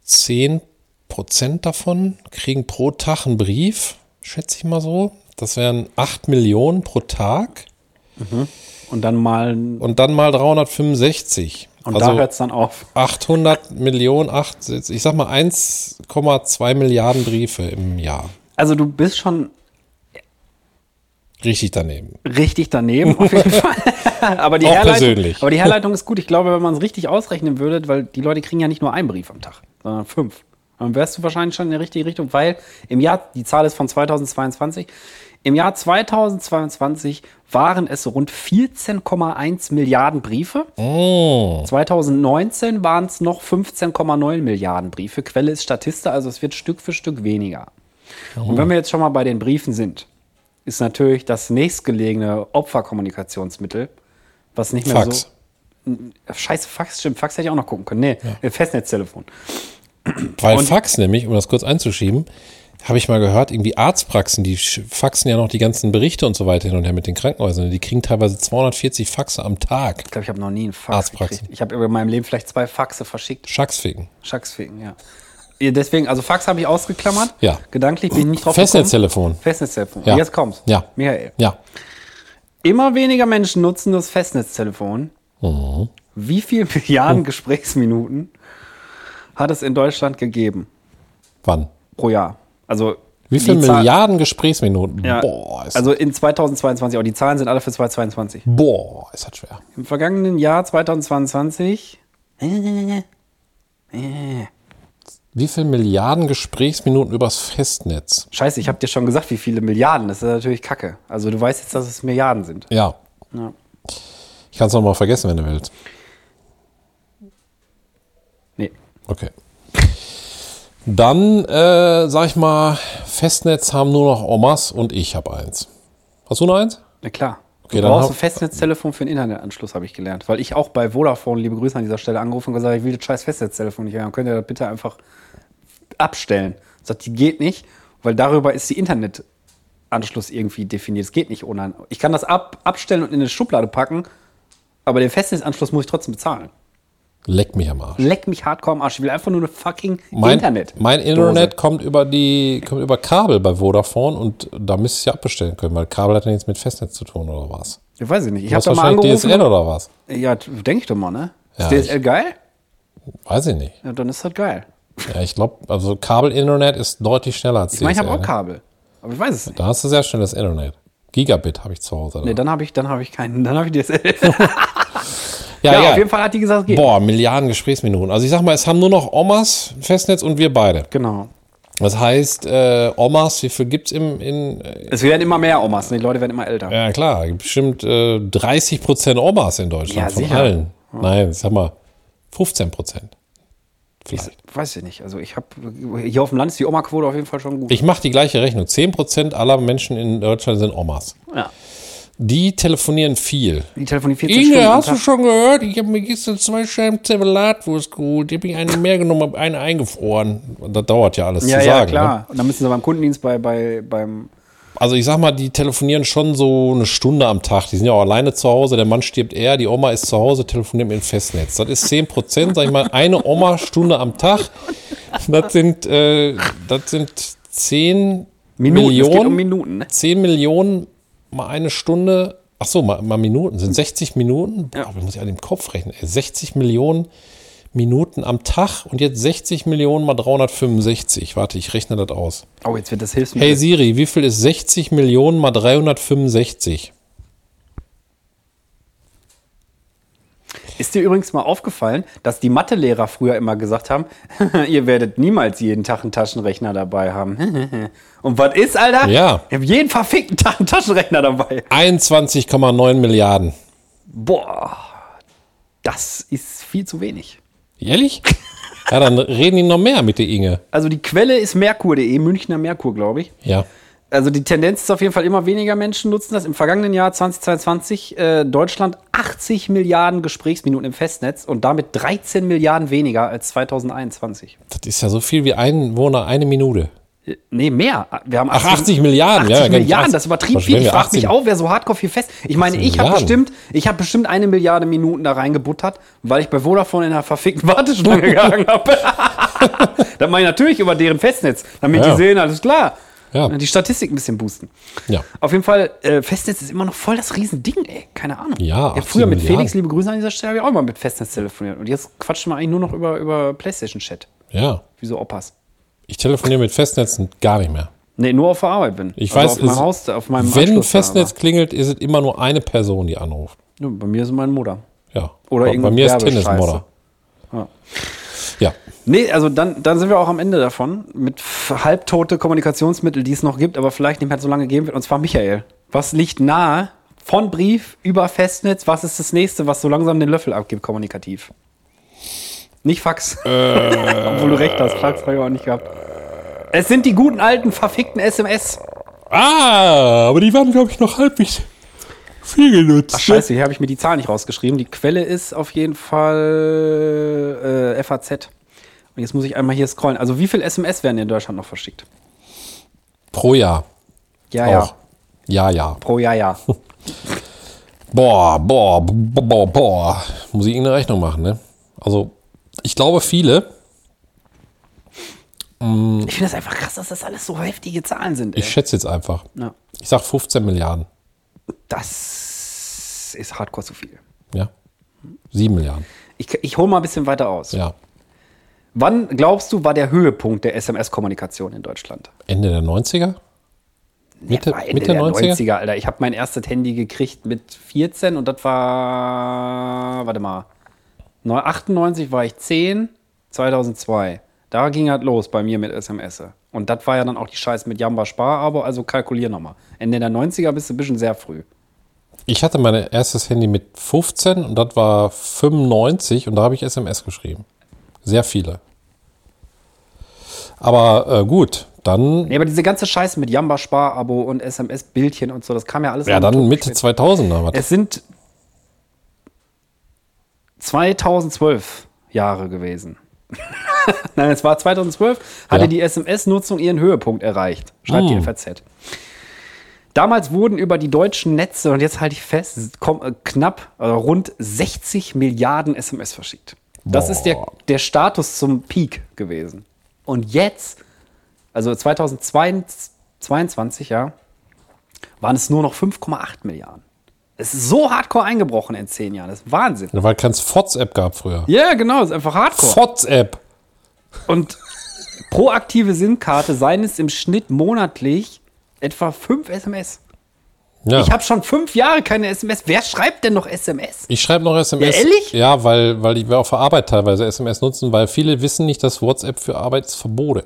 S3: 10 Prozent davon kriegen pro Tag einen Brief, schätze ich mal so. Das wären 8 Millionen pro Tag
S1: Und dann mal,
S3: und dann mal 365.
S1: und da
S3: also
S1: hört es dann auf.
S3: 800 Millionen, acht, ich sag mal 1,2 Milliarden Briefe im Jahr.
S1: Also du bist schon
S3: Richtig daneben.
S1: richtig daneben, auf jeden Fall. aber, die
S3: Auch
S1: Herleitung,
S3: persönlich.
S1: aber die Herleitung ist gut. Ich glaube, wenn man es richtig ausrechnen würde, weil die Leute kriegen ja nicht nur einen Brief am Tag, sondern fünf. Dann wärst du wahrscheinlich schon in der richtigen Richtung, weil im Jahr, die Zahl ist von 2022, im Jahr 2022 waren es rund 14,1 Milliarden Briefe.
S3: Oh.
S1: 2019 waren es noch 15,9 Milliarden Briefe. Quelle ist Statista, also es wird Stück für Stück weniger. Und wenn wir jetzt schon mal bei den Briefen sind, ist natürlich das nächstgelegene Opferkommunikationsmittel, was nicht mehr
S3: Fax.
S1: so. Scheiße, Fax, stimmt. Fax hätte ich auch noch gucken können. Nee, äh, Festnetztelefon.
S3: Weil Fax nämlich, um das kurz einzuschieben, habe ich mal gehört, irgendwie Arztpraxen, die sch- faxen ja noch die ganzen Berichte und so weiter hin und her mit den Krankenhäusern. Die kriegen teilweise 240 Faxe am Tag.
S1: Ich glaube, ich habe noch nie einen Fax
S3: Arztpraxen.
S1: gekriegt. Ich habe in meinem Leben vielleicht zwei Faxe verschickt.
S3: Schacksficken.
S1: Schacksficken, ja. Ja, Deswegen, also Fax habe ich ausgeklammert.
S3: Ja.
S1: Gedanklich bin ich nicht drauf
S3: Festnetztelefon.
S1: gekommen. Festnetztelefon.
S3: Ja.
S1: Jetzt kommt's.
S3: Ja.
S1: Michael.
S3: Ja.
S1: Immer weniger Menschen nutzen das Festnetztelefon.
S3: Mhm.
S1: Wie viele Milliarden Gesprächsminuten hat es in Deutschland gegeben
S3: Wann?
S1: pro Jahr? Also
S3: Wie viele
S1: Die Zahl-
S3: Milliarden Gesprächsminuten?
S1: Ja.
S3: Boah, ist,
S1: also in 2022, aber die Zahlen sind alle für 2022.
S3: boah, ist das schwer.
S1: Im vergangenen Jahr 2022
S3: Wie viele Milliarden Gesprächsminuten übers Festnetz?
S1: Scheiße, ich habe dir schon gesagt, wie viele Milliarden. Das ist natürlich Kacke. Also du weißt jetzt, dass es Milliarden sind.
S3: Ja.
S1: Ja.
S3: Ich kann es nochmal vergessen, wenn du willst.
S1: Nee.
S3: Okay. Dann, äh, sag ich mal, Festnetz haben nur noch Omas und ich habe eins. Hast du noch eins?
S1: Na klar.
S3: Okay,
S1: du
S3: dann
S1: brauchst
S3: hab-
S1: ein Festnetztelefon für den Internetanschluss, habe ich gelernt. Weil ich auch bei Vodafone, liebe Grüße an dieser Stelle, angerufen und gesagt, ich will das scheiß Festnetztelefon nicht haben. Könnt ihr das bitte einfach abstellen? Sagt, die geht nicht, weil darüber ist die Internetanschluss irgendwie definiert. Es geht nicht ohne. Ich kann das ab, abstellen und in eine Schublade packen, aber den Festnetzanschluss muss ich trotzdem bezahlen.
S3: Leck mich am Arsch.
S1: Leck mich hardcore am Arsch. Ich will einfach nur eine fucking
S3: Mein
S1: Internet.
S3: Mein Internet kommt über die, kommt über Kabel bei Vodafone und da müsste ich ja abbestellen können, weil Kabel hat ja nichts mit Festnetz zu tun oder was.
S1: Ich weiß es nicht. Ich
S3: Du
S1: habe
S3: hast
S1: da mal
S3: wahrscheinlich
S1: angerufen.
S3: DSL oder was?
S1: Ja, denke ich doch mal, ne?
S3: Ja,
S1: ist DSL geil?
S3: Weiß ich nicht.
S1: Ja, dann ist das geil.
S3: Ja, ich glaube, also Kabel-Internet ist deutlich schneller als
S1: Ich meine, ich habe
S3: DSL,
S1: auch
S3: ne?
S1: Kabel. Aber ich weiß es nicht.
S3: Da hast du sehr schnelles Internet. Gigabit habe ich zu Hause.
S1: Nee,
S3: da.
S1: dann habe ich, dann hab ich keinen. Dann habe ich DSL.
S3: ja,
S1: ja, auf jeden Fall hat die gesagt, geht.
S3: Boah, Milliarden Gesprächsminuten. Also ich sag mal, es haben nur noch Omas Festnetz und wir beide.
S1: Genau.
S3: Das heißt, äh, Omas, wie viel gibt's im, in, äh,
S1: Es werden immer mehr Omas. ne? Die Leute werden immer älter.
S3: ja klar, gibt bestimmt äh, 30 Prozent Omas in Deutschland
S1: Ja,
S3: von
S1: sicher.
S3: allen. Nein, sag mal, 15 Prozent. Vielleicht.
S1: Weiß ich nicht. Also ich habe hier auf dem Land ist die Oma-Quote auf jeden Fall schon gut.
S3: Ich mache die gleiche Rechnung. 10 Prozent aller Menschen in Deutschland sind Omas.
S1: ja.
S3: Die telefonieren viel.
S1: Die telefonieren 14 Stunden.
S3: Inge,
S1: am
S3: hast du
S1: Tag.
S3: schon gehört? Ich habe mir gestern zwei Scheiben Zervelatwurst geholt. Ich habe mir eine mehr genommen, habe eine eingefroren. Das dauert ja alles
S1: ja,
S3: zu
S1: ja,
S3: sagen.
S1: klar.
S3: Ne?
S1: Und dann müssen sie beim Kundendienst bei, bei beim
S3: Also ich sag mal, die telefonieren schon so eine Stunde am Tag. Die sind ja auch alleine zu Hause. Der Mann stirbt eher, die Oma ist zu Hause, telefoniert mit dem Festnetz. Das ist 10 Prozent, sag ich mal, eine Oma Stunde am Tag. Das sind, äh, das sind 10
S1: Minuten. Es geht
S3: Millionen.
S1: um Minuten, ne?
S3: 10 Millionen mal eine Stunde. Ach so, mal, mal Minuten. Sind 60 Minuten? Boah,
S1: Ja.
S3: da muss ich an dem Kopf rechnen. Ey, 60 Millionen Minuten am Tag und jetzt 60 Millionen mal 365. Warte, ich rechne das aus.
S1: Oh, jetzt wird das Hilfsmittel.
S3: Hey Siri, wie viel ist 60 Millionen mal 365?
S1: Ist dir übrigens mal aufgefallen, dass die Mathelehrer früher immer gesagt haben, ihr werdet niemals jeden Tag einen Taschenrechner dabei haben. Und was ist, Alter?
S3: Ja.
S1: Ich hab jeden verfickten Tag einen Taschenrechner dabei.
S3: 21,9 Milliarden.
S1: Boah, das ist viel zu wenig.
S3: Ehrlich? Ja, dann reden die noch mehr mit der Inge.
S1: Also die Quelle ist merkur.de, Münchner Merkur, glaube ich.
S3: Ja.
S1: Also die Tendenz ist auf jeden Fall immer weniger Menschen nutzen das. Im vergangenen Jahr 2022 äh, Deutschland 80 Milliarden Gesprächsminuten im Festnetz und damit 13 Milliarden weniger als 2021.
S3: Das ist ja so viel wie Einwohner eine Minute.
S1: Äh, Nee, mehr. Wir haben
S3: Ach, 80 Milliarden,
S1: 80
S3: ja, ganz
S1: Milliarden,
S3: 80.
S1: das übertrieb
S3: Was
S1: viel.
S3: wären
S1: Ich
S3: wir,
S1: frage mich
S3: 80?
S1: auch, wer so hardcore viel fest. Ich meine,
S3: 80
S1: ich habe
S3: Milliarden.
S1: bestimmt, ich habe bestimmt eine Milliarde Minuten da reingebuttert, weil ich bei Vodafone in einer verfickten Warteschlange gehangen habe. das meine ich natürlich über deren Festnetz, damit
S3: Ja.
S1: die sehen, alles klar.
S3: Ja.
S1: Die Statistik ein bisschen boosten.
S3: Ja.
S1: Auf jeden Fall, äh, Festnetz ist immer noch voll das Riesending, ey. Keine Ahnung.
S3: Ja,
S1: Ich hab früher
S3: 80
S1: mit Felix,
S3: Milliarden.
S1: liebe Grüße an dieser Stelle, habe ich auch immer mit Festnetz telefoniert. Und jetzt quatschen wir eigentlich nur noch über, über Playstation-Chat.
S3: Ja.
S1: Wie so Opas.
S3: Ich telefoniere mit Festnetzen gar nicht mehr.
S1: Nee, nur auf der Arbeit bin.
S3: Ich
S1: Also auf
S3: weiß,
S1: meinem
S3: es-
S1: Haus, auf meinem
S3: wenn
S1: Anschluss da,
S3: Festnetz klingelt, ist es immer nur eine Person, die anruft.
S1: aber- Ja, bei mir ist meine Mutter.
S3: Ja.
S1: Oder
S3: bei, bei
S1: irgendeine
S3: mir ist
S1: Werbescheiße.
S3: Tennismodder.
S1: Ja.
S3: Ja.
S1: Nee, also dann, dann sind wir auch am Ende davon mit f- halbtote Kommunikationsmittel, die es noch gibt, aber vielleicht nicht mehr so lange geben wird. Und zwar Michael. Was liegt nahe? Von Brief über Festnetz, was ist das nächste, was so langsam den Löffel abgibt, kommunikativ? Nicht Fax. Obwohl du recht hast, Fax habe ich auch nicht gehabt. Es sind die guten alten, verfickten SMS.
S3: Ah, aber die werden, glaube ich, noch halbwegs viel genutzt. ne?
S1: Ach, scheiße, hier habe ich mir die Zahl nicht rausgeschrieben. Die Quelle ist auf jeden Fall äh, FAZ. Und jetzt muss ich einmal hier scrollen. Also wie viel SMS werden in Deutschland noch verschickt?
S3: Pro Jahr.
S1: Ja,
S3: Auch. Ja, ja.
S1: Pro Jahr, ja.
S3: Boah, boah, boah, boah, boah. Muss ich irgendeine Rechnung machen, ne? Also, ich glaube, viele.
S1: Ich finde das einfach krass, dass das alles so heftige Zahlen sind. Ey.
S3: Ich schätze jetzt einfach.
S1: Ja.
S3: Ich sag 15 Milliarden.
S1: Das ist hardcore zu viel.
S3: Ja. 7 Milliarden.
S1: Ich, ich hole mal ein bisschen weiter aus.
S3: Ja.
S1: Wann glaubst du, war der Höhepunkt der SMS-Kommunikation in Deutschland?
S3: Ende der 90er? Mitte,
S1: Ja, war Ende
S3: Mitte
S1: der 90er?
S3: 90er?
S1: Alter. Ich habe mein erstes Handy gekriegt mit 14 und das war, warte mal, 98 war ich 10, 2002. Da ging halt los bei mir mit SMS. Und das war ja dann auch die Scheiße mit Jamba Sparabo, also kalkulier nochmal. Ende der 90er bist du ein bisschen sehr früh.
S3: Ich hatte mein erstes Handy mit 15 und das war 95 und da habe ich SMS geschrieben. Sehr viele. Aber äh, gut, dann,
S1: Nee, aber diese ganze Scheiße mit Jamba Sparabo und SMS-Bildchen und so, das kam ja alles
S3: ja,
S1: am
S3: dann
S1: Tod
S3: Mitte
S1: spät.
S3: 2000er. war das.
S1: Es sind 2012 Jahre gewesen. Nein, es war 2012, hatte
S3: Ja. Oh.
S1: die SMS-Nutzung ihren Höhepunkt erreicht, schreibt die FAZ. Damals wurden über die deutschen Netze, und jetzt halte ich fest, kom- äh, knapp äh, rund 60 Milliarden SMS verschickt. Das ist der,
S3: Boah.
S1: der Status zum Peak gewesen. Und jetzt, also 2022, ja, waren es nur noch 5,8 Milliarden. Es ist so hardcore eingebrochen in zehn Jahren. Das ist Wahnsinn.
S3: Weil kein WhatsApp gab früher.
S1: Ja, genau, ist einfach hardcore.
S3: WhatsApp.
S1: Und pro aktive SIM-Karte seien es im Schnitt monatlich etwa fünf SMS.
S3: Ja.
S1: Ich habe schon fünf Jahre keine SMS. Wer schreibt denn noch SMS?
S3: Ich schreibe noch SMS.
S1: Ja, ehrlich?
S3: Ja, weil, weil wir auf der Arbeit teilweise SMS nutzen, weil viele wissen nicht, dass WhatsApp für Arbeit ist verbote.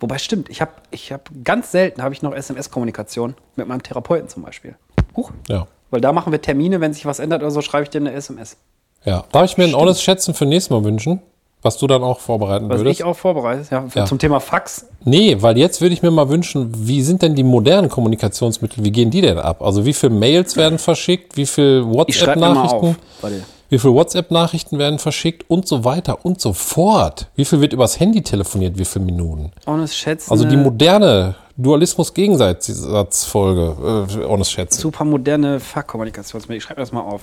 S1: Wobei stimmt, ich habe ich hab, ganz selten habe ich noch SMS-Kommunikation mit meinem Therapeuten zum Beispiel. Huch.
S3: Ja.
S1: Weil da machen wir Termine, wenn sich was ändert oder so, schreibe ich dir eine SMS.
S3: Ja. Darf ich mir ein ordentliches Schätzen für nächstes Mal wünschen? Was du dann auch vorbereiten
S1: Was
S3: würdest?
S1: ich auch vorbereite. Ja,
S3: Ja.
S1: Zum Thema Fax.
S3: Nee, weil jetzt würde ich mir mal wünschen, wie sind denn die modernen Kommunikationsmittel, wie gehen die denn ab? Also wie viele Mails werden verschickt, wie viele
S1: Ich schreibe mir mal auf.
S3: WhatsApp-Nachrichten,
S1: Warte.
S3: wie viele WhatsApp-Nachrichten werden verschickt und so weiter und so fort. Wie viel wird übers Handy telefoniert, wie viele Minuten?
S1: Honest Schätzen.
S3: Also die moderne Dualismus-Gegensatzfolge, äh, honest schätzen.
S1: super moderne Fachkommunikationsmittel. Ich schreibe das mal auf.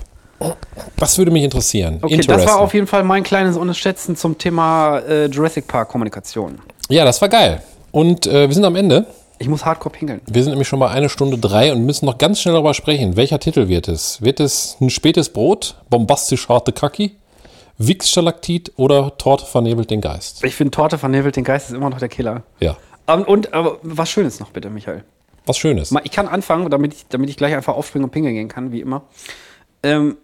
S3: Das würde mich interessieren.
S1: Okay, das war
S3: Interesting.
S1: auf jeden Fall mein kleines Unterschätzen zum Thema äh, Jurassic Park Kommunikation.
S3: ja, das war geil. Und äh, wir sind am Ende.
S1: Ich muss hardcore pinkeln.
S3: Wir sind nämlich schon bei einer Stunde drei und müssen noch ganz schnell darüber sprechen. Welcher Titel wird es? Wird es ein spätes Brot, bombastisch harte Kacki, Wix-Stalaktit oder Torte vernebelt den Geist?
S1: Ich finde, Torte vernebelt den Geist ist immer noch der Killer.
S3: Ja,
S1: Ähm, und aber was Schönes noch bitte, Michael.
S3: was Schönes.
S1: Mal, Ich kann anfangen, damit ich, damit ich gleich einfach aufspringen und pingeln gehen kann, wie immer. Ähm,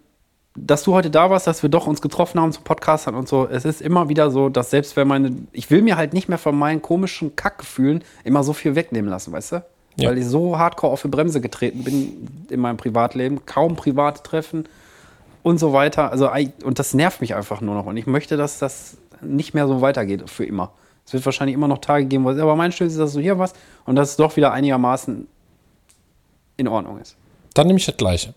S1: dass du heute da warst, dass wir doch uns getroffen haben zum Podcastern und so. Es ist immer wieder so, dass selbst wenn meine. Ich will mir halt nicht mehr von meinen komischen Kackgefühlen immer so viel wegnehmen lassen, weißt du?
S3: Ja.
S1: Weil ich so hardcore auf die Bremse getreten bin in meinem Privatleben. Kaum private Treffen und so weiter. Also, ei- und das nervt mich einfach nur noch. Und ich möchte, dass das nicht mehr so weitergeht für immer. Es wird wahrscheinlich immer noch Tage geben, wo es, aber mein Stil ist, dass du hier was und dass es doch wieder einigermaßen in Ordnung ist.
S3: Dann nehme ich das Gleiche.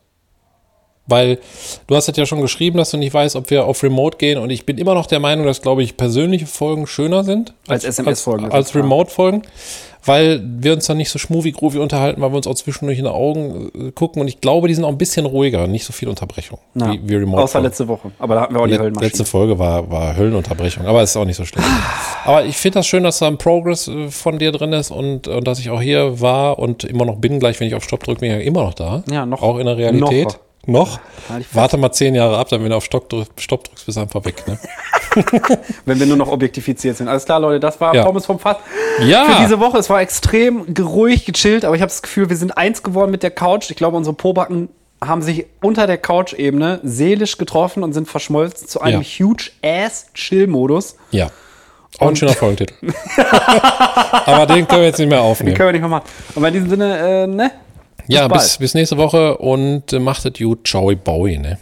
S3: Weil du hast es ja schon geschrieben, dass du nicht weißt, ob wir auf Remote gehen. Und ich bin immer noch der Meinung, dass, glaube ich, persönliche Folgen schöner sind.
S1: Als SMS-Folgen,
S3: Als,
S1: das
S3: als
S1: ist klar.
S3: Remote-Folgen. Weil wir uns dann nicht so schmovig-groovy unterhalten, weil wir uns auch zwischendurch in die Augen äh, gucken. Und ich glaube, die sind auch ein bisschen ruhiger. Nicht so viel Unterbrechung
S1: Ja.
S3: wie, wie Remote.
S1: Außer letzte Woche. Aber da hatten wir auch die
S3: Le letzte
S1: Höllenmaschine.
S3: Folge war, war Höllenunterbrechung, aber ist auch nicht so schlimm. aber ich finde das schön, dass da ein Progress äh, von dir drin ist und, und dass ich auch hier war und immer noch bin. Gleich, wenn ich auf Stopp drücke, bin ich ja immer noch da.
S1: Ja, noch.
S3: Auch in der Realität. Noch.
S1: Halt ich fest.
S3: Warte mal zehn Jahre ab, dann wenn du auf Stopp, drück, Stopp drückst, bist du einfach weg. Ne?
S1: Wenn wir nur noch objektifiziert sind. Alles klar, Leute, das war
S3: Ja.
S1: Pommes vom Fass.
S3: Ja.
S1: Für diese Woche. Es war extrem ruhig, gechillt, aber ich habe das Gefühl, wir sind eins geworden mit der Couch. Ich glaube, unsere Pobacken haben sich unter der Couch-Ebene seelisch getroffen und sind verschmolzen zu einem
S3: Ja.
S1: huge ass Chill-Modus.
S3: Ja. Auch ein schöner Folgentitel. aber den können wir jetzt nicht mehr aufnehmen.
S1: Können wir nicht mehr machen. Aber in diesem Sinne, äh, ne?
S3: ja,
S1: bald.
S3: bis, bis nächste Woche und äh, macht es gut. Ciao, Bowie. Ne?